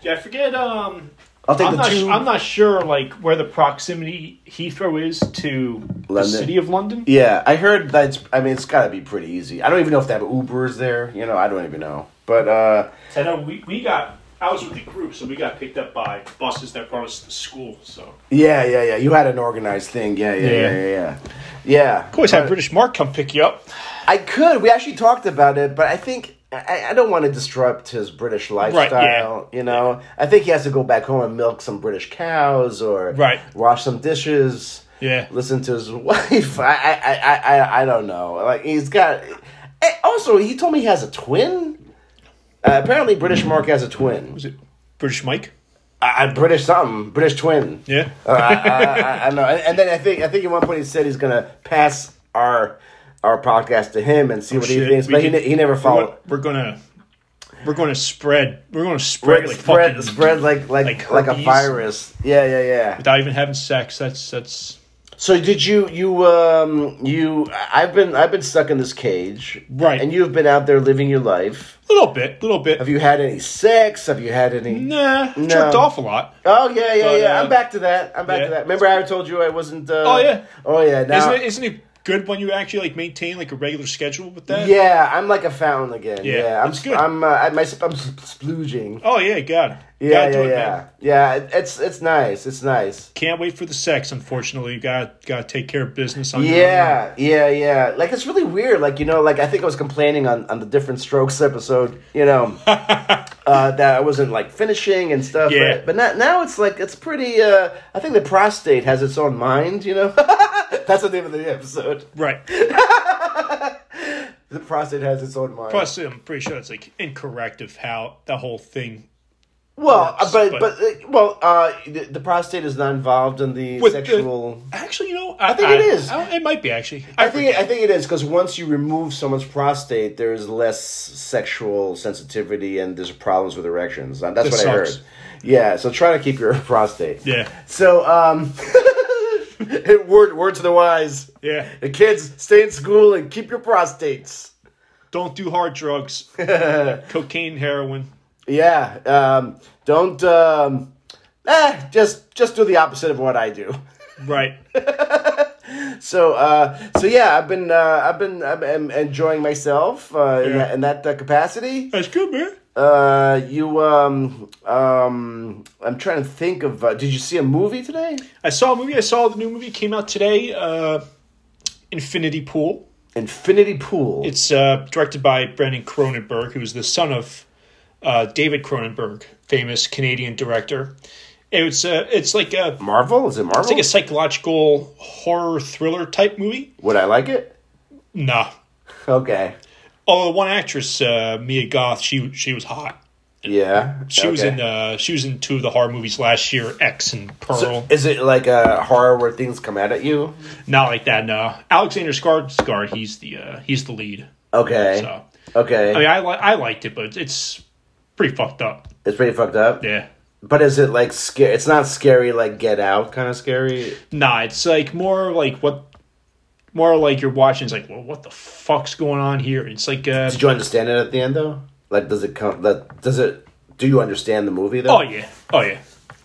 S2: Yeah, I forget. Um,
S1: I'll take
S2: I'm
S1: the
S2: not,
S1: two.
S2: su- I'm not sure like where the proximity Heathrow is to the
S1: London.
S2: city of London.
S1: yeah, I heard that. It's, I mean, it's got to be pretty easy. I don't even know if they have Ubers there. You know, I don't even know. But uh,
S2: I know we, we got. I was with the group, so we got picked up by buses that brought us to school. So
S1: yeah, yeah, yeah. You had an organized thing. Yeah, yeah, yeah,
S2: Yeah.
S1: yeah, yeah. Yeah.
S2: of course, had British Mark come pick you up.
S1: I could. We actually talked about it, but I think I, I don't want to disrupt his British lifestyle. You know, I think he has to go back home and milk some British cows or
S2: Right.
S1: wash some dishes.
S2: Yeah.
S1: listen to his <laughs> wife. I I I I, I don't know. Like he's got. eh, Also, he told me he has a twin. Uh, apparently, British Mark has a twin.
S2: Was it British Mike?
S1: I, I British something, British twin.
S2: Yeah.
S1: Uh, I, I, I, I know. And, and then I think I think at one point he said he's gonna pass our our podcast to him and see what he
S2: Oh, Shit,
S1: thinks,
S2: we
S1: but he,
S2: could-
S1: ne- he never
S2: we're gonna-
S1: followed.
S2: We're gonna we're gonna spread we're gonna spread
S1: Spread,
S2: like
S1: spread,
S2: fucking
S1: spread like like
S2: like
S1: like, a
S2: herpes.
S1: virus. Yeah, yeah, yeah.
S2: without even having sex. That's that's
S1: So did you you um you I've been I've been stuck in this cage,
S2: Right.
S1: And you've been out there living your life.
S2: a little bit, little bit.
S1: Have you had any sex? Have you had any?
S2: Nah,
S1: No.
S2: jerked off a lot.
S1: Oh yeah, yeah,
S2: But,
S1: yeah.
S2: uh,
S1: I'm back to that. I'm back
S2: yeah.
S1: to that. Remember, I told you I wasn't. Uh,
S2: Oh, yeah.
S1: Oh yeah. Now,
S2: Isn't it, isn't it good when you actually like maintain like a regular schedule with that?
S1: Yeah, I'm like a fountain again. Yeah,
S2: uh, Yeah,
S1: I'm.
S2: that's good.
S1: I'm. Uh, I, my, sp- I'm s- splooging.
S2: Oh yeah, God.
S1: Yeah,
S2: Gotta
S1: yeah,
S2: do it,
S1: yeah,
S2: man.
S1: yeah. it- It's it's nice. It's nice.
S2: Can't wait for the sex. Unfortunately, you got got to take care of business on Your own.
S1: Yeah, yeah, yeah. Like it's really weird. Like you know, like I think I was complaining on on the different strokes episode.
S2: <laughs>
S1: You know, uh, that I wasn't like finishing and stuff.
S2: Yeah.
S1: But now now it's like it's pretty. Uh, I think the prostate has its own mind. You know, <laughs> that's the name of the episode.
S2: Right.
S1: The prostate has its own mind.
S2: Plus, I'm pretty sure it's like incorrect of how the whole thing
S1: well,
S2: works,
S1: but
S2: but-
S1: but uh, well, uh, the, the prostate is not involved in the
S2: With the-
S1: sexual.
S2: Actually, you know, I,
S1: think
S2: I-
S1: it is.
S2: I don't- it might be actually.
S1: I think I think it is because once you remove someone's prostate, there's less sexual sensitivity and there's problems with erections. Uh, That's
S2: This
S1: what I
S2: sucks.
S1: heard. Yeah, so try to keep your <laughs> prostate.
S2: Yeah.
S1: So um, <laughs> word word to the wise.
S2: Yeah.
S1: The kids stay in school and keep your prostates.
S2: Don't do hard drugs. Cocaine, heroin.
S1: Yeah. Um, don't. Um, eh, just just do the opposite of what I do. <laughs>
S2: Right.
S1: So, uh, so yeah, I've been, uh, I've been, I'm, I'm enjoying myself uh, in
S2: Yeah.
S1: that, in that uh, capacity.
S2: That's good, man.
S1: Uh, you um um I'm trying to think of uh, did you see a movie today?
S2: I saw a movie. I saw the new movie came out today. Uh, Infinity Pool.
S1: Infinity Pool.
S2: It's uh, directed by Brandon Cronenberg, who's the son of uh, David Cronenberg, famous Canadian director. It's uh, it's like a
S1: Marvel? Is it Marvel?
S2: it's like a psychological horror thriller type movie.
S1: Would I like it?
S2: Nah.
S1: Okay.
S2: Although one actress, uh, Mia Goth, she she was hot.
S1: Yeah.
S2: She was
S1: okay.
S2: in uh, she was in two of the horror movies last year, X and Pearl.
S1: So, is it like a horror where things come out at you?
S2: Not like that, no. Alexander Skarsgård, he's the uh, he's the lead.
S1: Okay.
S2: So Oh,
S1: Okay.
S2: I mean, I li- I liked it, but it's pretty fucked up.
S1: it's pretty fucked up.
S2: Yeah.
S1: But is it like scary? It's not scary like Get Out kind of scary.
S2: Nah, it's like more like what, more like you're watching. It's like, well, what the fuck's going on here? It's like, uh,
S1: Did you understand it at the end though? Like, does it come? That does it? Do you understand the movie though?
S2: oh yeah, oh yeah,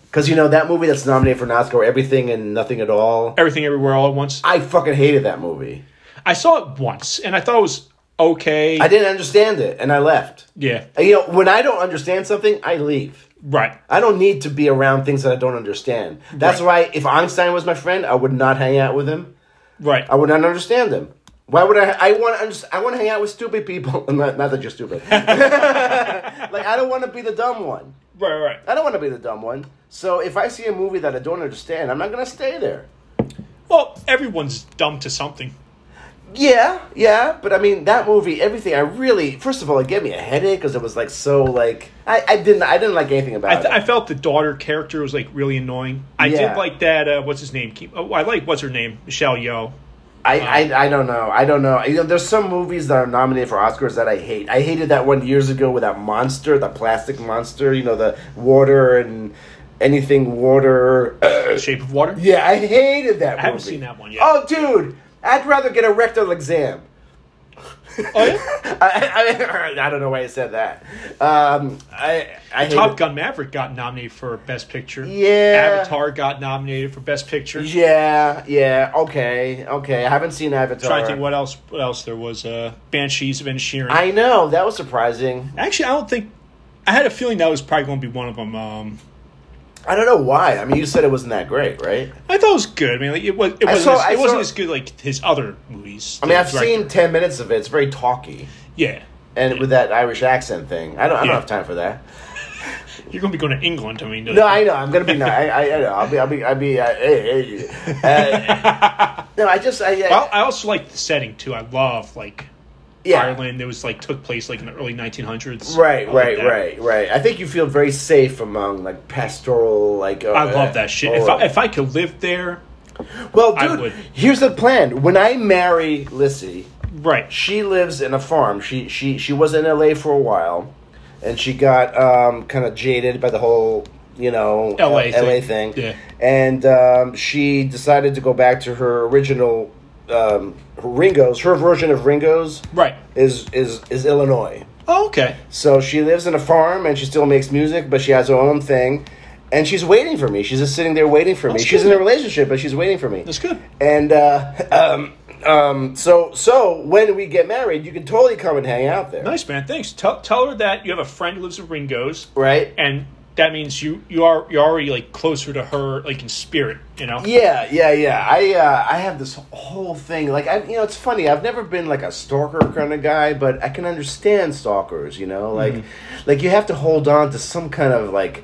S1: Because you know that movie that's nominated for an Oscar, Everything and Nothing at All.
S2: everything everywhere all at once.
S1: I fucking hated that movie.
S2: I saw it once, and I thought it was okay.
S1: I didn't understand it, and I left.
S2: yeah,
S1: And, you know, when I don't understand something, I leave.
S2: right.
S1: I don't need to be around things that I don't understand. That's why if Einstein was my friend, I would not hang out with him.
S2: Right.
S1: I would not understand him. Why would I? I want. I'm just, I want to hang out with stupid people. <laughs> Not, not that you're stupid. like I don't want to be the dumb one.
S2: Right, right. right.
S1: I don't want to be the dumb one. So if I see a movie that I don't understand, I'm not gonna stay there.
S2: Well, everyone's dumb to something.
S1: Yeah, yeah, but I mean that movie, everything. I really, first of all, it gave me a headache because it was like so like I, I didn't I didn't like anything about
S2: I, th-
S1: it.
S2: I felt the daughter character was like really annoying. I
S1: Yeah.
S2: did like that. Uh, what's his name? Keep- Oh, I like what's her name? Michelle Yeoh.
S1: I, I I don't know. I don't know. You know, there's some movies that are nominated for Oscars that I hate. I hated that one years ago with that monster, the plastic monster. You know, the water and anything water. <coughs>
S2: Shape of Water.
S1: yeah, I hated that. I
S2: haven't seen that one yet.
S1: Oh, dude, I'd rather get a rectal exam. <laughs>
S2: Oh, yeah?
S1: I, I, I don't know why I said that. Um, I, I hated-
S2: Top Gun Maverick got nominated for Best Picture.
S1: Yeah.
S2: Avatar got nominated for Best Picture.
S1: Yeah, yeah, okay, okay. I haven't seen Avatar.
S2: trying to think what else. What else there was? Uh, Banshees of Inisherin.
S1: I know that was surprising.
S2: Actually, I don't think. I had a feeling that was probably going to be one of them. Um,
S1: I don't know why. I mean, you said it wasn't that great, right? I
S2: I thought it was good. I mean, like, it was. It
S1: I
S2: wasn't.
S1: saw-
S2: as,
S1: I
S2: it wasn't
S1: saw-
S2: as good like his other movies.
S1: mean,
S2: the
S1: I've
S2: director.
S1: seen ten minutes of it. It's very talky,
S2: Yeah,
S1: and with that Irish accent thing, I don't. I don't
S2: Yeah.
S1: have time for that.
S2: you're going to be going to England. I mean,
S1: No, I know. I'm gonna be. ni- I, I, I know. I'll be. I'll be. I'll be. Uh, eh,
S2: <laughs>
S1: eh, eh. Uh, no, I just. I, I,
S2: Well, I also like the setting too. I love like
S1: yeah.
S2: Ireland. It was like took place like in the early 1900s.
S1: Right,
S2: I like
S1: right,
S2: that.
S1: right, right. I think you feel very safe among like pastoral, like. Uh,
S2: I love that shit. If I, if I could live there,
S1: well,
S2: I
S1: dude,
S2: would.
S1: here's the plan. When I marry Lissy,
S2: right?
S1: she lives in a farm. She she she was in L.A. for a while, and she got um, kind of jaded by the whole you know
S2: LA
S1: L.A.
S2: thing.
S1: thing.
S2: Yeah.
S1: and um, she decided to go back to her original um, Ringos. Her version of Ringos
S2: Right.
S1: is is is Illinois.
S2: Oh, okay.
S1: So she lives in a farm and she still makes music, but she has her own thing. And she's waiting for me. She's just sitting there waiting for me.
S2: That's
S1: She's
S2: good.
S1: in a relationship, but she's waiting for me.
S2: That's good.
S1: And uh, <laughs> um, um, so so when we get married, you can totally come and hang out there,
S2: Nice man. Thanks. Tell tell her that you have a friend who lives at Ringo's,
S1: right?
S2: and that means you you are you're already like closer to her like in spirit. You know.
S1: Yeah, yeah, yeah. I uh, I have this whole thing. Like I, you know, it's funny. I've never been like a stalker kind of guy, but I can understand stalkers. You know,
S2: Mm.
S1: like like you have to hold on to some kind of like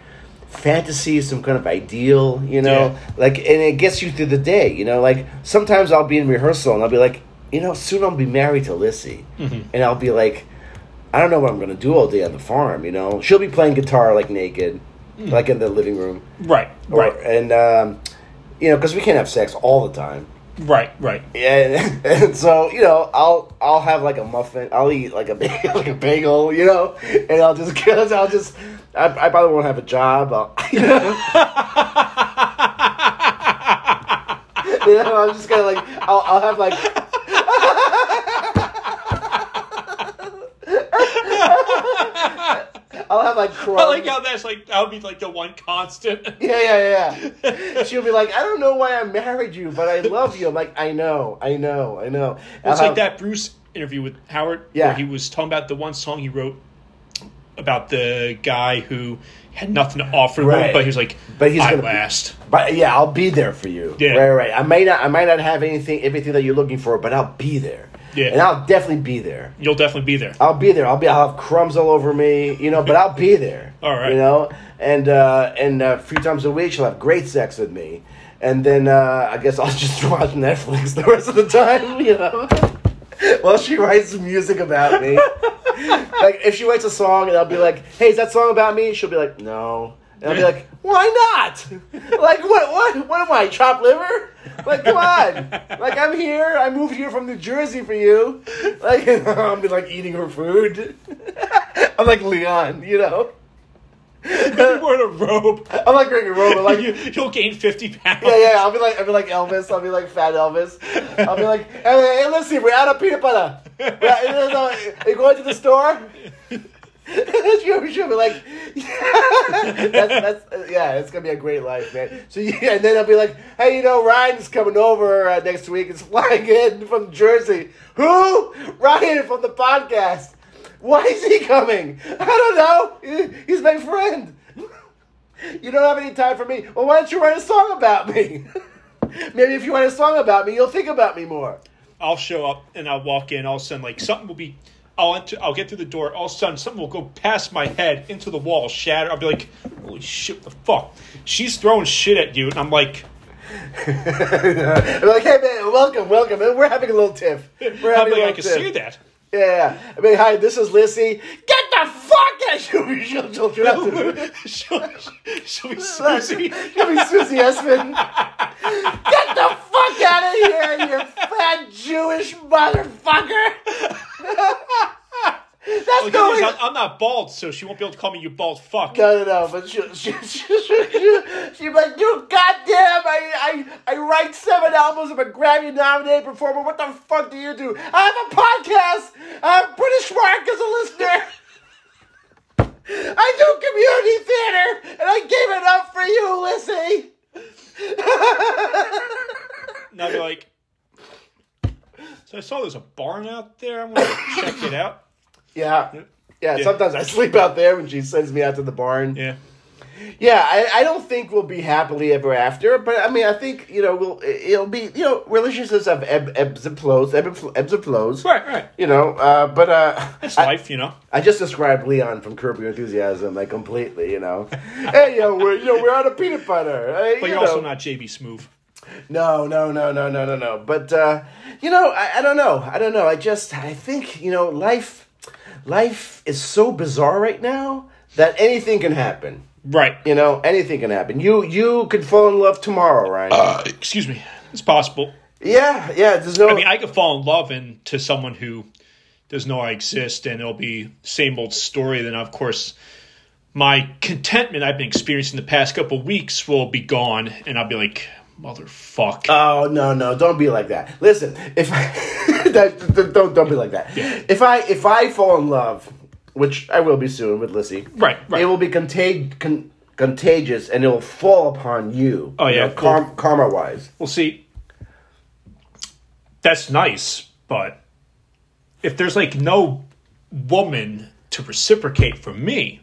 S1: fantasy, some kind of ideal. You know,
S2: Yeah.
S1: like and it gets you through the day. You know, like sometimes I'll be in rehearsal and I'll be like, you know, soon I'll be married to Lissy,
S2: Mm-hmm.
S1: and I'll be like. I don't know what I'm gonna do all day on the farm, you know. She'll be playing guitar like naked,
S2: Mm.
S1: like in the living room.
S2: Right.
S1: Or-
S2: Right.
S1: And um, you know, because we can't have sex all the time.
S2: Right. Right.
S1: Yeah, and, <laughs> so you know, I'll I'll have like a muffin. I'll eat like a bagel, <laughs> like a bagel, you know, and I'll just <laughs> I'll just I, I probably won't have a job. I'll, <laughs> you know, you know, I'm just gonna like I'll I'll have like. <laughs> I'll have like crumbs.
S2: I like how that's like that would be like the one constant. <laughs>
S1: <laughs> Yeah, yeah, yeah. She'll be like, I don't know why I married you, but I love you. I'm like, I know, I know, I know.
S2: It's
S1: I'll
S2: like
S1: have-
S2: that Bruce interview with Howard.
S1: Yeah.
S2: where he was talking about the one song he wrote about the guy who had nothing to offer,
S1: Right.
S2: him, but he was like,
S1: But he's
S2: I
S1: gonna-
S2: last."
S1: But yeah, I'll be there for you.
S2: Yeah.
S1: Right, right. I may not I might not have anything everything that you're looking for, but I'll be there.
S2: Yeah.
S1: And I'll definitely be there.
S2: You'll definitely be <laughs> there.
S1: I'll be there. I'll be I'll have crumbs all over me, you know, but
S2: <laughs>
S1: I'll be there.
S2: All right.
S1: You know? And uh and uh, a few times a week she'll have great sex with me. And then uh I guess I'll <laughs> just watch Netflix the rest of the time, <laughs> you know. While she writes music about
S2: <laughs>
S1: me. like if she writes a song and I'll be like, "Hey, is that song about me?" She'll be like, "No," and I'll be like, "Why not? <laughs> Like what? What? What am I? Chopped liver? Like come on! Like I'm here. I moved here from New Jersey for you. Like <laughs> I'll be like eating her food. <laughs> I'm like Leon, you know. <laughs>
S2: You're wearing a robe.
S1: I'm like Ricky Roman,
S2: <laughs>
S1: like
S2: you, you'll gain fifty pounds.
S1: Yeah, yeah, I'll be like, I'll be like Elvis. I'll be like Fat Elvis. I'll be like, hey, hey listen, we're out of peanut butter. We're out- you know, Are you going to the store? <laughs> she'll, she'll be like, <laughs> that's, that's, yeah, it's gonna be a great life, man. So yeah, and then I'll be like, hey, you know, Ryan's coming over uh, next week. He's <laughs> flying in from Jersey. Who? Ryan from the podcast. Why is he coming? I don't know. He- He's my friend. You don't have any time for me. Well, <laughs> why don't you write a song about me? Maybe if you write a song about me, you'll think about me more.
S2: I'll show up and I'll walk in. All of a sudden, like something will be. I'll enter, I'll get through the door. All of a sudden, something will go past my head into the wall, shatter. I'll be like, "Holy shit! What the fuck?" She's throwing shit at you, and I'm like,
S1: I'm like, hey man, welcome, welcome. We're having a little
S2: <laughs>
S1: tiff. We're
S2: "I'm
S1: having a
S2: like,
S1: little
S2: I can
S1: tiff.
S2: see that." <laughs>
S1: Yeah, yeah. I mean, hi, this is Lissy. Get the fuck out! <laughs> You, you, you, you, <laughs>
S2: she'll, she'll be
S1: Susie.
S2: Susie.
S1: Give me Susie
S2: <laughs>
S1: Essman. Get the fuck out of here, you fat Jewish motherfucker. <laughs> That's
S2: Like,
S1: going.
S2: I'm, I'm not bald, so she won't be able to call me you bald fuck.
S1: No, no, no. But she, she, <laughs> she, she, she, she'd be like, you goddamn, I, I, I write seven albums. I'm a Grammy-nominated performer. What the fuck do you do? I have a podcast. I'm British Mark as a listener. <laughs> I do community theater, and I gave it up for you, Lissy.
S2: And I'll be like, so I saw there's a barn out there. <coughs> I'm going to check it out.
S1: Yeah. Yeah,
S2: Yeah.
S1: sometimes I sleep out there when she sends me out to the barn.
S2: Yeah.
S1: Yeah, I, I don't think we'll be happily ever after, but I mean, I think, you know, we'll, it'll be, you know, relationships have eb, ebbs and flows, ebb and fl- ebbs and flows.
S2: Right, right.
S1: You know, uh, but uh, <laughs>
S2: It's
S1: I,
S2: life, you know.
S1: I just described Leon from Curb Your Enthusiasm, like, completely,
S2: <laughs>
S1: you know. hey, yo, we're, you know, we're out of peanut butter. uh,
S2: But
S1: you
S2: you're also
S1: know.
S2: not JB Smoove.
S1: No, no, no, no, no, no, no. But uh, you know, I, I don't know. I don't know. I just I think you know, life, life is so bizarre right now that anything can happen.
S2: Right.
S1: You know, anything can happen. You you could fall in love tomorrow, right?
S2: Uh. Excuse me. It's possible.
S1: yeah, yeah. There's no.
S2: I mean, I could fall in love and to someone who doesn't know I exist, and it'll be same old story. Then, of course, my contentment I've been experiencing the past couple weeks will be gone, and I'll be like, motherfuck.
S1: oh no, no! Don't be like that. Listen, if I, <laughs> that, don't- don't don't be like that. If I if I fall in love, which I will be soon with Lissy,
S2: Right, right.
S1: It will be contag- con- contagious, and it will fall upon you.
S2: Oh,
S1: you
S2: yeah,
S1: know,
S2: cool.
S1: karm- karma wise.
S2: Well, see, that's nice, but if there's like no woman to reciprocate for me,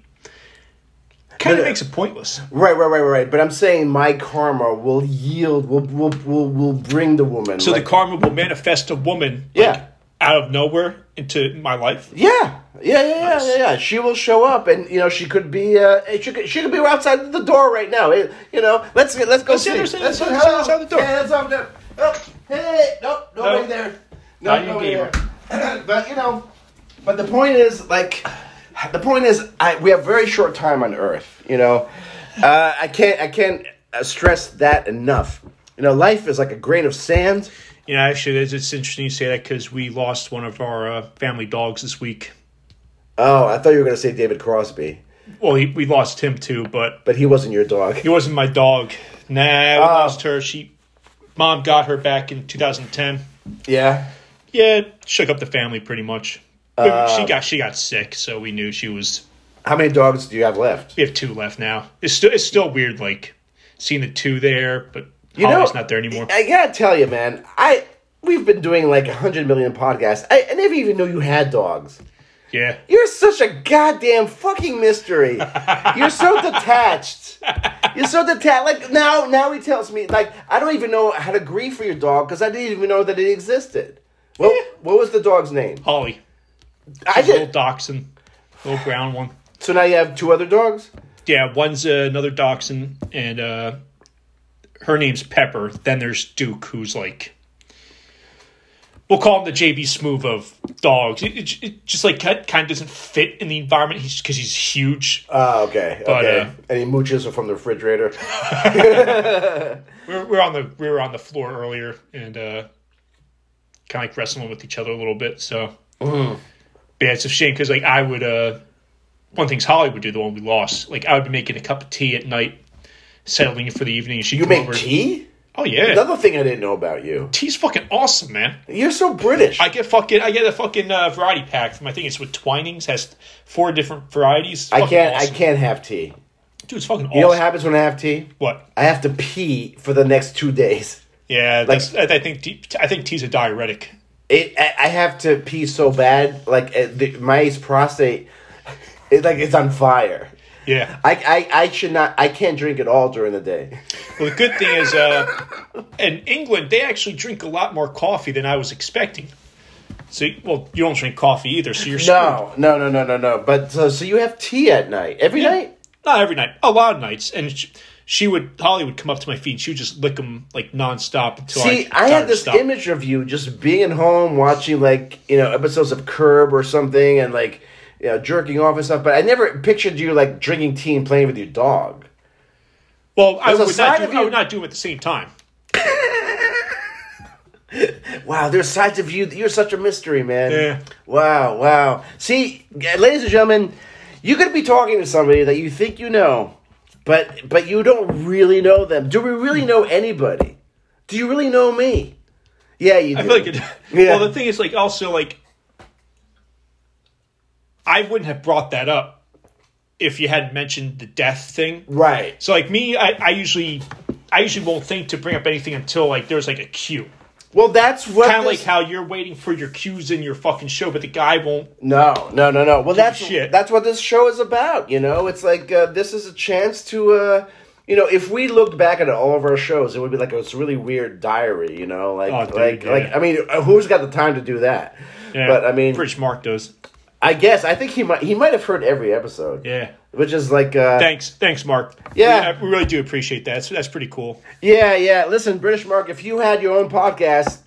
S2: kind
S1: No,
S2: of
S1: no.
S2: makes it pointless.
S1: Right, right, right, right, right. But I'm saying my karma will yield, will will will, will bring the woman.
S2: So
S1: like-
S2: the karma will manifest a woman, like,
S1: yeah,
S2: out of nowhere into my life.
S1: yeah, yeah, yeah, yeah, yeah, yeah. She will show up, and you know she could be, uh, she could, she could be outside the door right now. It- you know, let's let's go
S2: Let's see
S1: see.
S2: her, see her,
S1: Let's
S2: see her,
S1: go-
S2: see her
S1: hello.
S2: outside the door.
S1: Yeah, let's open up. Oh, hey, nope, nobody there. No,
S2: Not you,
S1: nobody
S2: gamer.
S1: there. <clears throat> but you know, but the point is, like, the point is, I, we have very short time on Earth. You know, uh, I can't, I can't uh, stress that enough. You know, life is like a grain of sand.
S2: Yeah, actually, it's, it's interesting you say that because we lost one of our uh, family dogs this week.
S1: Oh, I thought you were gonna say David Crosby,
S2: Well, he, we lost him too, but
S1: but he wasn't your dog.
S2: he wasn't my dog. Nah, we lost her. She, mom got her back in 2010.
S1: <laughs> Yeah.
S2: Yeah, it shook up the family pretty much. But
S1: Uh,
S2: she got she got sick, so we knew she was.
S1: How many dogs do you have left?
S2: We have two left now. It's still it's still weird, like seeing the two there, but
S1: You know-
S2: Holly's not there anymore.
S1: I gotta tell you, man. I we've been doing like hundred million podcasts. I, I never even knew you had dogs.
S2: yeah,
S1: You're such a goddamn fucking mystery.
S2: <laughs>
S1: You're so detached. You're so detached. Like now, now he tells me like I don't even know how to grieve for your dog because I didn't even know that it existed. What what was the dog's name?
S2: Holly,
S1: I
S2: little
S1: did.
S2: dachshund, little brown one.
S1: So now you have two other dogs.
S2: Yeah, one's uh, another dachshund, and uh, her name's Pepper. Then there's Duke, who's like, we'll call him the JB Smoove of dogs. It, it, it just like kind of doesn't fit in the environment because he's huge.
S1: Oh, okay,
S2: But,
S1: okay.
S2: uh,
S1: and he mooches are from the refrigerator.
S2: we were, we were on the we were on the floor earlier and uh, kind of like wrestling with each other a little bit. So,
S1: Mm-hmm.
S2: but yeah, it's a shame because like I would uh, one thing's Holly would do the one we lost. Like I would be making a cup of tea at night, settling in for the evening, and she
S1: You make tea?
S2: Oh yeah,
S1: Another thing I didn't know about you.
S2: tea's fucking awesome, man.
S1: You're so British.
S2: I get fucking I get a fucking uh, variety pack from I think it's with Twinings has four different varieties. It's
S1: I
S2: fucking
S1: can't.
S2: awesome.
S1: I can't have tea. You
S2: Dude, it's fucking awesome.
S1: know what happens when I have tea?
S2: What?
S1: I have to pee for the next two days.
S2: Yeah, that's, I, I think tea, I think tea's a diuretic.
S1: It. I, I have to pee so bad, like uh, the, my prostate, it, like it's on fire.
S2: Yeah.
S1: I, I I should not. I can't drink at all during the day.
S2: Well, the good thing is, uh, in England, they actually drink a lot more coffee than I was expecting. So, well, you don't drink coffee either, so you're screwed.
S1: No, no, no, no, no, no. But so, so you have tea at night every night.
S2: Not every night, a lot of nights, and she, she would Holly would come up to my feet and she would just lick them like nonstop until I,
S1: See, I
S2: tired
S1: had
S2: of
S1: this
S2: stopping.
S1: image of you just being at home watching like you know episodes of Curb or something, and like you know jerking off and stuff. But I never pictured you like drinking tea and playing with your dog.
S2: Well, I
S1: There's a
S2: would, not
S1: side of
S2: do, I
S1: you-
S2: would not do them at the same time.
S1: Wow, there's sides of you. that You're such a mystery, man.
S2: Yeah.
S1: Wow, wow. See, ladies and gentlemen, you could be talking to somebody that you think you know, but but you don't really know them. Do we really know anybody? Do you really know me? Yeah, you do.
S2: I feel like it.
S1: Yeah.
S2: <laughs> Well, the thing is, like, also, like, I wouldn't have brought that up if you hadn't mentioned the death thing.
S1: right.
S2: So, like, me, I, I usually, I usually won't think to bring up anything until like there's like a cue,
S1: Well, that's what
S2: kind of
S1: this-
S2: like how you're waiting for your cues in your fucking show, but the guy won't.
S1: No, no, no, no. Well, that's
S2: shit.
S1: that's what this show is about. You know, it's like uh, this is a chance to, uh, you know, if we looked back at all of our shows, it would be like it's a really weird diary. You know, like
S2: Oh, dude,
S1: like
S2: yeah.
S1: like I mean, uh, who's got the time to do that?
S2: Yeah,
S1: But I mean,
S2: British Mark does.
S1: I guess I think he might he might have heard every episode.
S2: Yeah.
S1: Which is like, uh,
S2: Thanks, thanks, Mark.
S1: Yeah.
S2: we, I really do appreciate that. So that's pretty cool.
S1: yeah, yeah. Listen, British Mark, if you had your own podcast,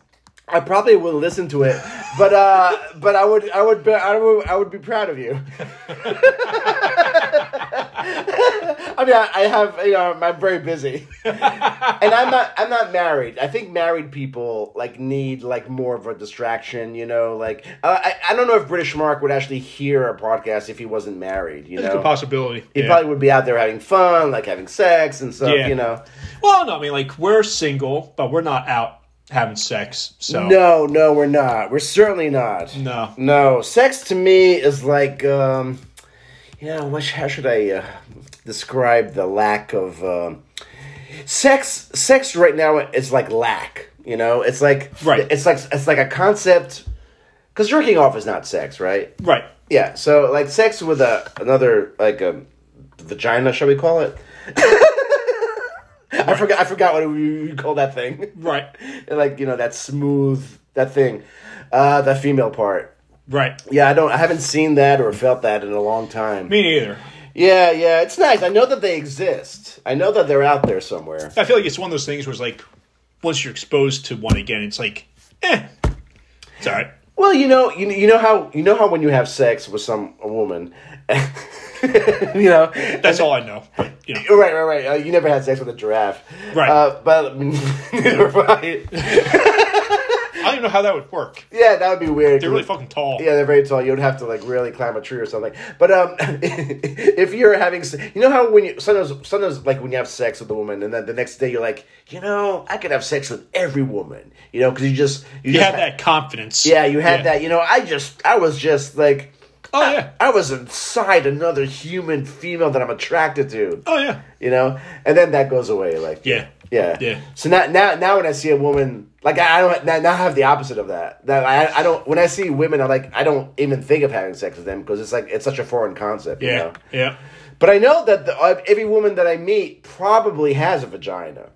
S1: I probably would listen to it, but
S2: <laughs>
S1: uh, but I would, I would, be, I would, I would be proud of you. <laughs> I mean, I, I have, you know, I'm very busy, and I'm not, I'm not married. I think married people like need like more of a distraction, you know. Like, uh, I, I don't know if British Mark would actually hear a podcast if he wasn't married. You
S2: It's a
S1: know,
S2: possibility.
S1: he
S2: Yeah.
S1: probably would be out there having fun, like having sex and stuff,
S2: Yeah.
S1: you know.
S2: well, no, I mean, like we're single, but we're not out having sex. So
S1: No, no, we're not. We're certainly not.
S2: No.
S1: No. Sex to me is like, um, you know, what, how should I uh, describe the lack of. Um, sex sex right now is like lack you know it's like
S2: Right.
S1: it's like it's like a concept because jerking off is not sex right
S2: right.
S1: yeah so like sex with a another like a vagina shall we call it <laughs> i forgot i forgot what we we call that thing
S2: Right.
S1: And, like you know that smooth that thing uh that female part
S2: Right.
S1: yeah i don't i haven't seen that or felt that in a long time
S2: Me neither.
S1: yeah yeah it's nice i know that they exist i know that they're out there somewhere
S2: I feel like it's one of those things where it's like, once you're exposed to one again, it's like, eh, it's all right.
S1: well you know you, you know how you know how when you have sex with some a woman <laughs> you know
S2: That's all I know. You know.
S1: Right, right, right. Uh, you never had sex with a giraffe,
S2: Right.
S1: Uh, but <laughs> right.
S2: I don't even know how that would work.
S1: yeah, that would be weird.
S2: They're really fucking tall.
S1: Yeah, they're very tall. You'd have to like really climb a tree or something. But um, <laughs> if you're having, s- you know how when you sometimes sometimes like when you have sex with a woman, and then the next day you're like, you know, I could have sex with every woman, you know, because you just
S2: You
S1: just
S2: have that confidence.
S1: Yeah, you had that. You know, I just I was just like.
S2: Oh, yeah.
S1: I was inside another human female that I'm attracted to.
S2: Oh, yeah.
S1: you know and then that goes away like
S2: Yeah.
S1: yeah
S2: Yeah.
S1: so now now now when i see a woman like i, I don't now, now I have the opposite of that that I, I don't when i see women i like i don't even think of having sex with them because it's like it's such a foreign concept you
S2: Yeah.
S1: know
S2: Yeah.
S1: but i know that the, uh, every woman that i meet probably has a vagina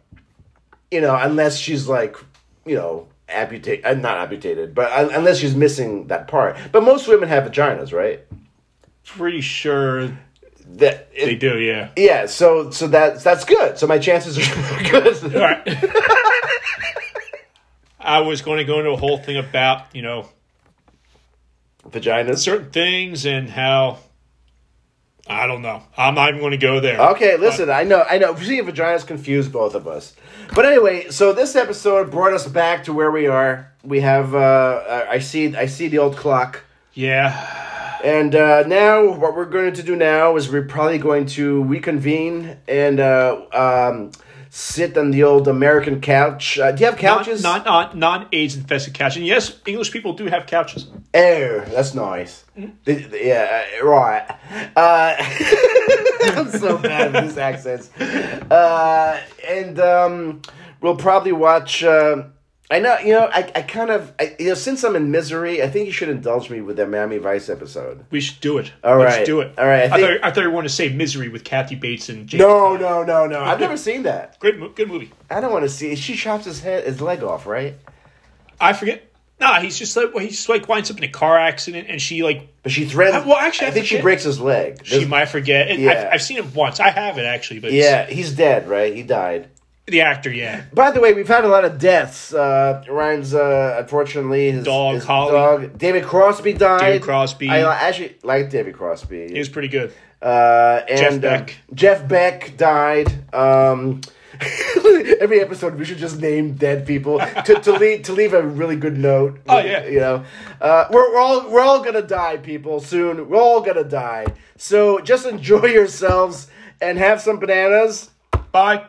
S1: you know unless she's like you know amputated uh, not amputated but un- unless she's missing that part but most women have vaginas right
S2: Pretty sure
S1: that
S2: they do, yeah.
S1: yeah so so that's that's good so my chances are <laughs> good
S2: All right. I was going to go into a whole thing about, you know,
S1: vaginas.
S2: certain things and how. I don't know. I'm not even going to go there.
S1: Okay, listen, I know, I know. Seeing vaginas confused both of us. But anyway, so this episode brought us back to where we are. We have, uh, uh, I see, I see the old clock,
S2: Yeah.
S1: and uh, now what we're going to do now is we're probably going to reconvene and uh, um, sit on the old American couch. Uh, do you have couches?
S2: Not, not, non AIDS infested couches. And yes, English people do have couches.
S1: Oh, that's nice. Th- th- Yeah, uh, right. Uh, <laughs> I'm <laughs> so bad at these accents. Uh, and um, we'll probably watch. Uh, I know, you know, I, I kind of, I, you know, since I'm in misery, I think you should indulge me with that Miami Vice episode.
S2: We should do it.
S1: All
S2: Let's
S1: right.
S2: do it.
S1: All right, I
S2: I,
S1: think-
S2: thought, I thought you wanted to say Misery with Kathy Bates and James.
S1: No, no, no, no. I've never seen that.
S2: Great, mo- good movie.
S1: I don't want to see. it. She chops his head, his leg off, right?
S2: I forget. Nah, he's just like well, he's like winds up in a car accident, and she like
S1: But she threatens.
S2: Uh, well, actually,
S1: I,
S2: I
S1: think she
S2: forget.
S1: breaks his leg.
S2: she
S1: There's-
S2: might forget. And
S1: Yeah.
S2: I've, I've seen it once. I have it actually, but it's-
S1: Yeah, he's dead, right? He died.
S2: the actor, yeah,
S1: By the way, we've had a lot of deaths. Uh, Ryan's, uh, unfortunately, his
S2: Dog,
S1: his
S2: Holly.
S1: dog- David Crosby died.
S2: David Crosby.
S1: I actually like David Crosby.
S2: he was pretty good.
S1: Uh, and,
S2: Jeff
S1: um,
S2: Beck.
S1: Jeff Beck died. Um, <laughs> every episode, we should just name dead people to, to leave to leave a really good note.
S2: Oh, yeah.
S1: you know, uh, we're, we're all we're all gonna die, people. Soon, we're all gonna die. So just enjoy yourselves and have some bananas.
S2: Bye.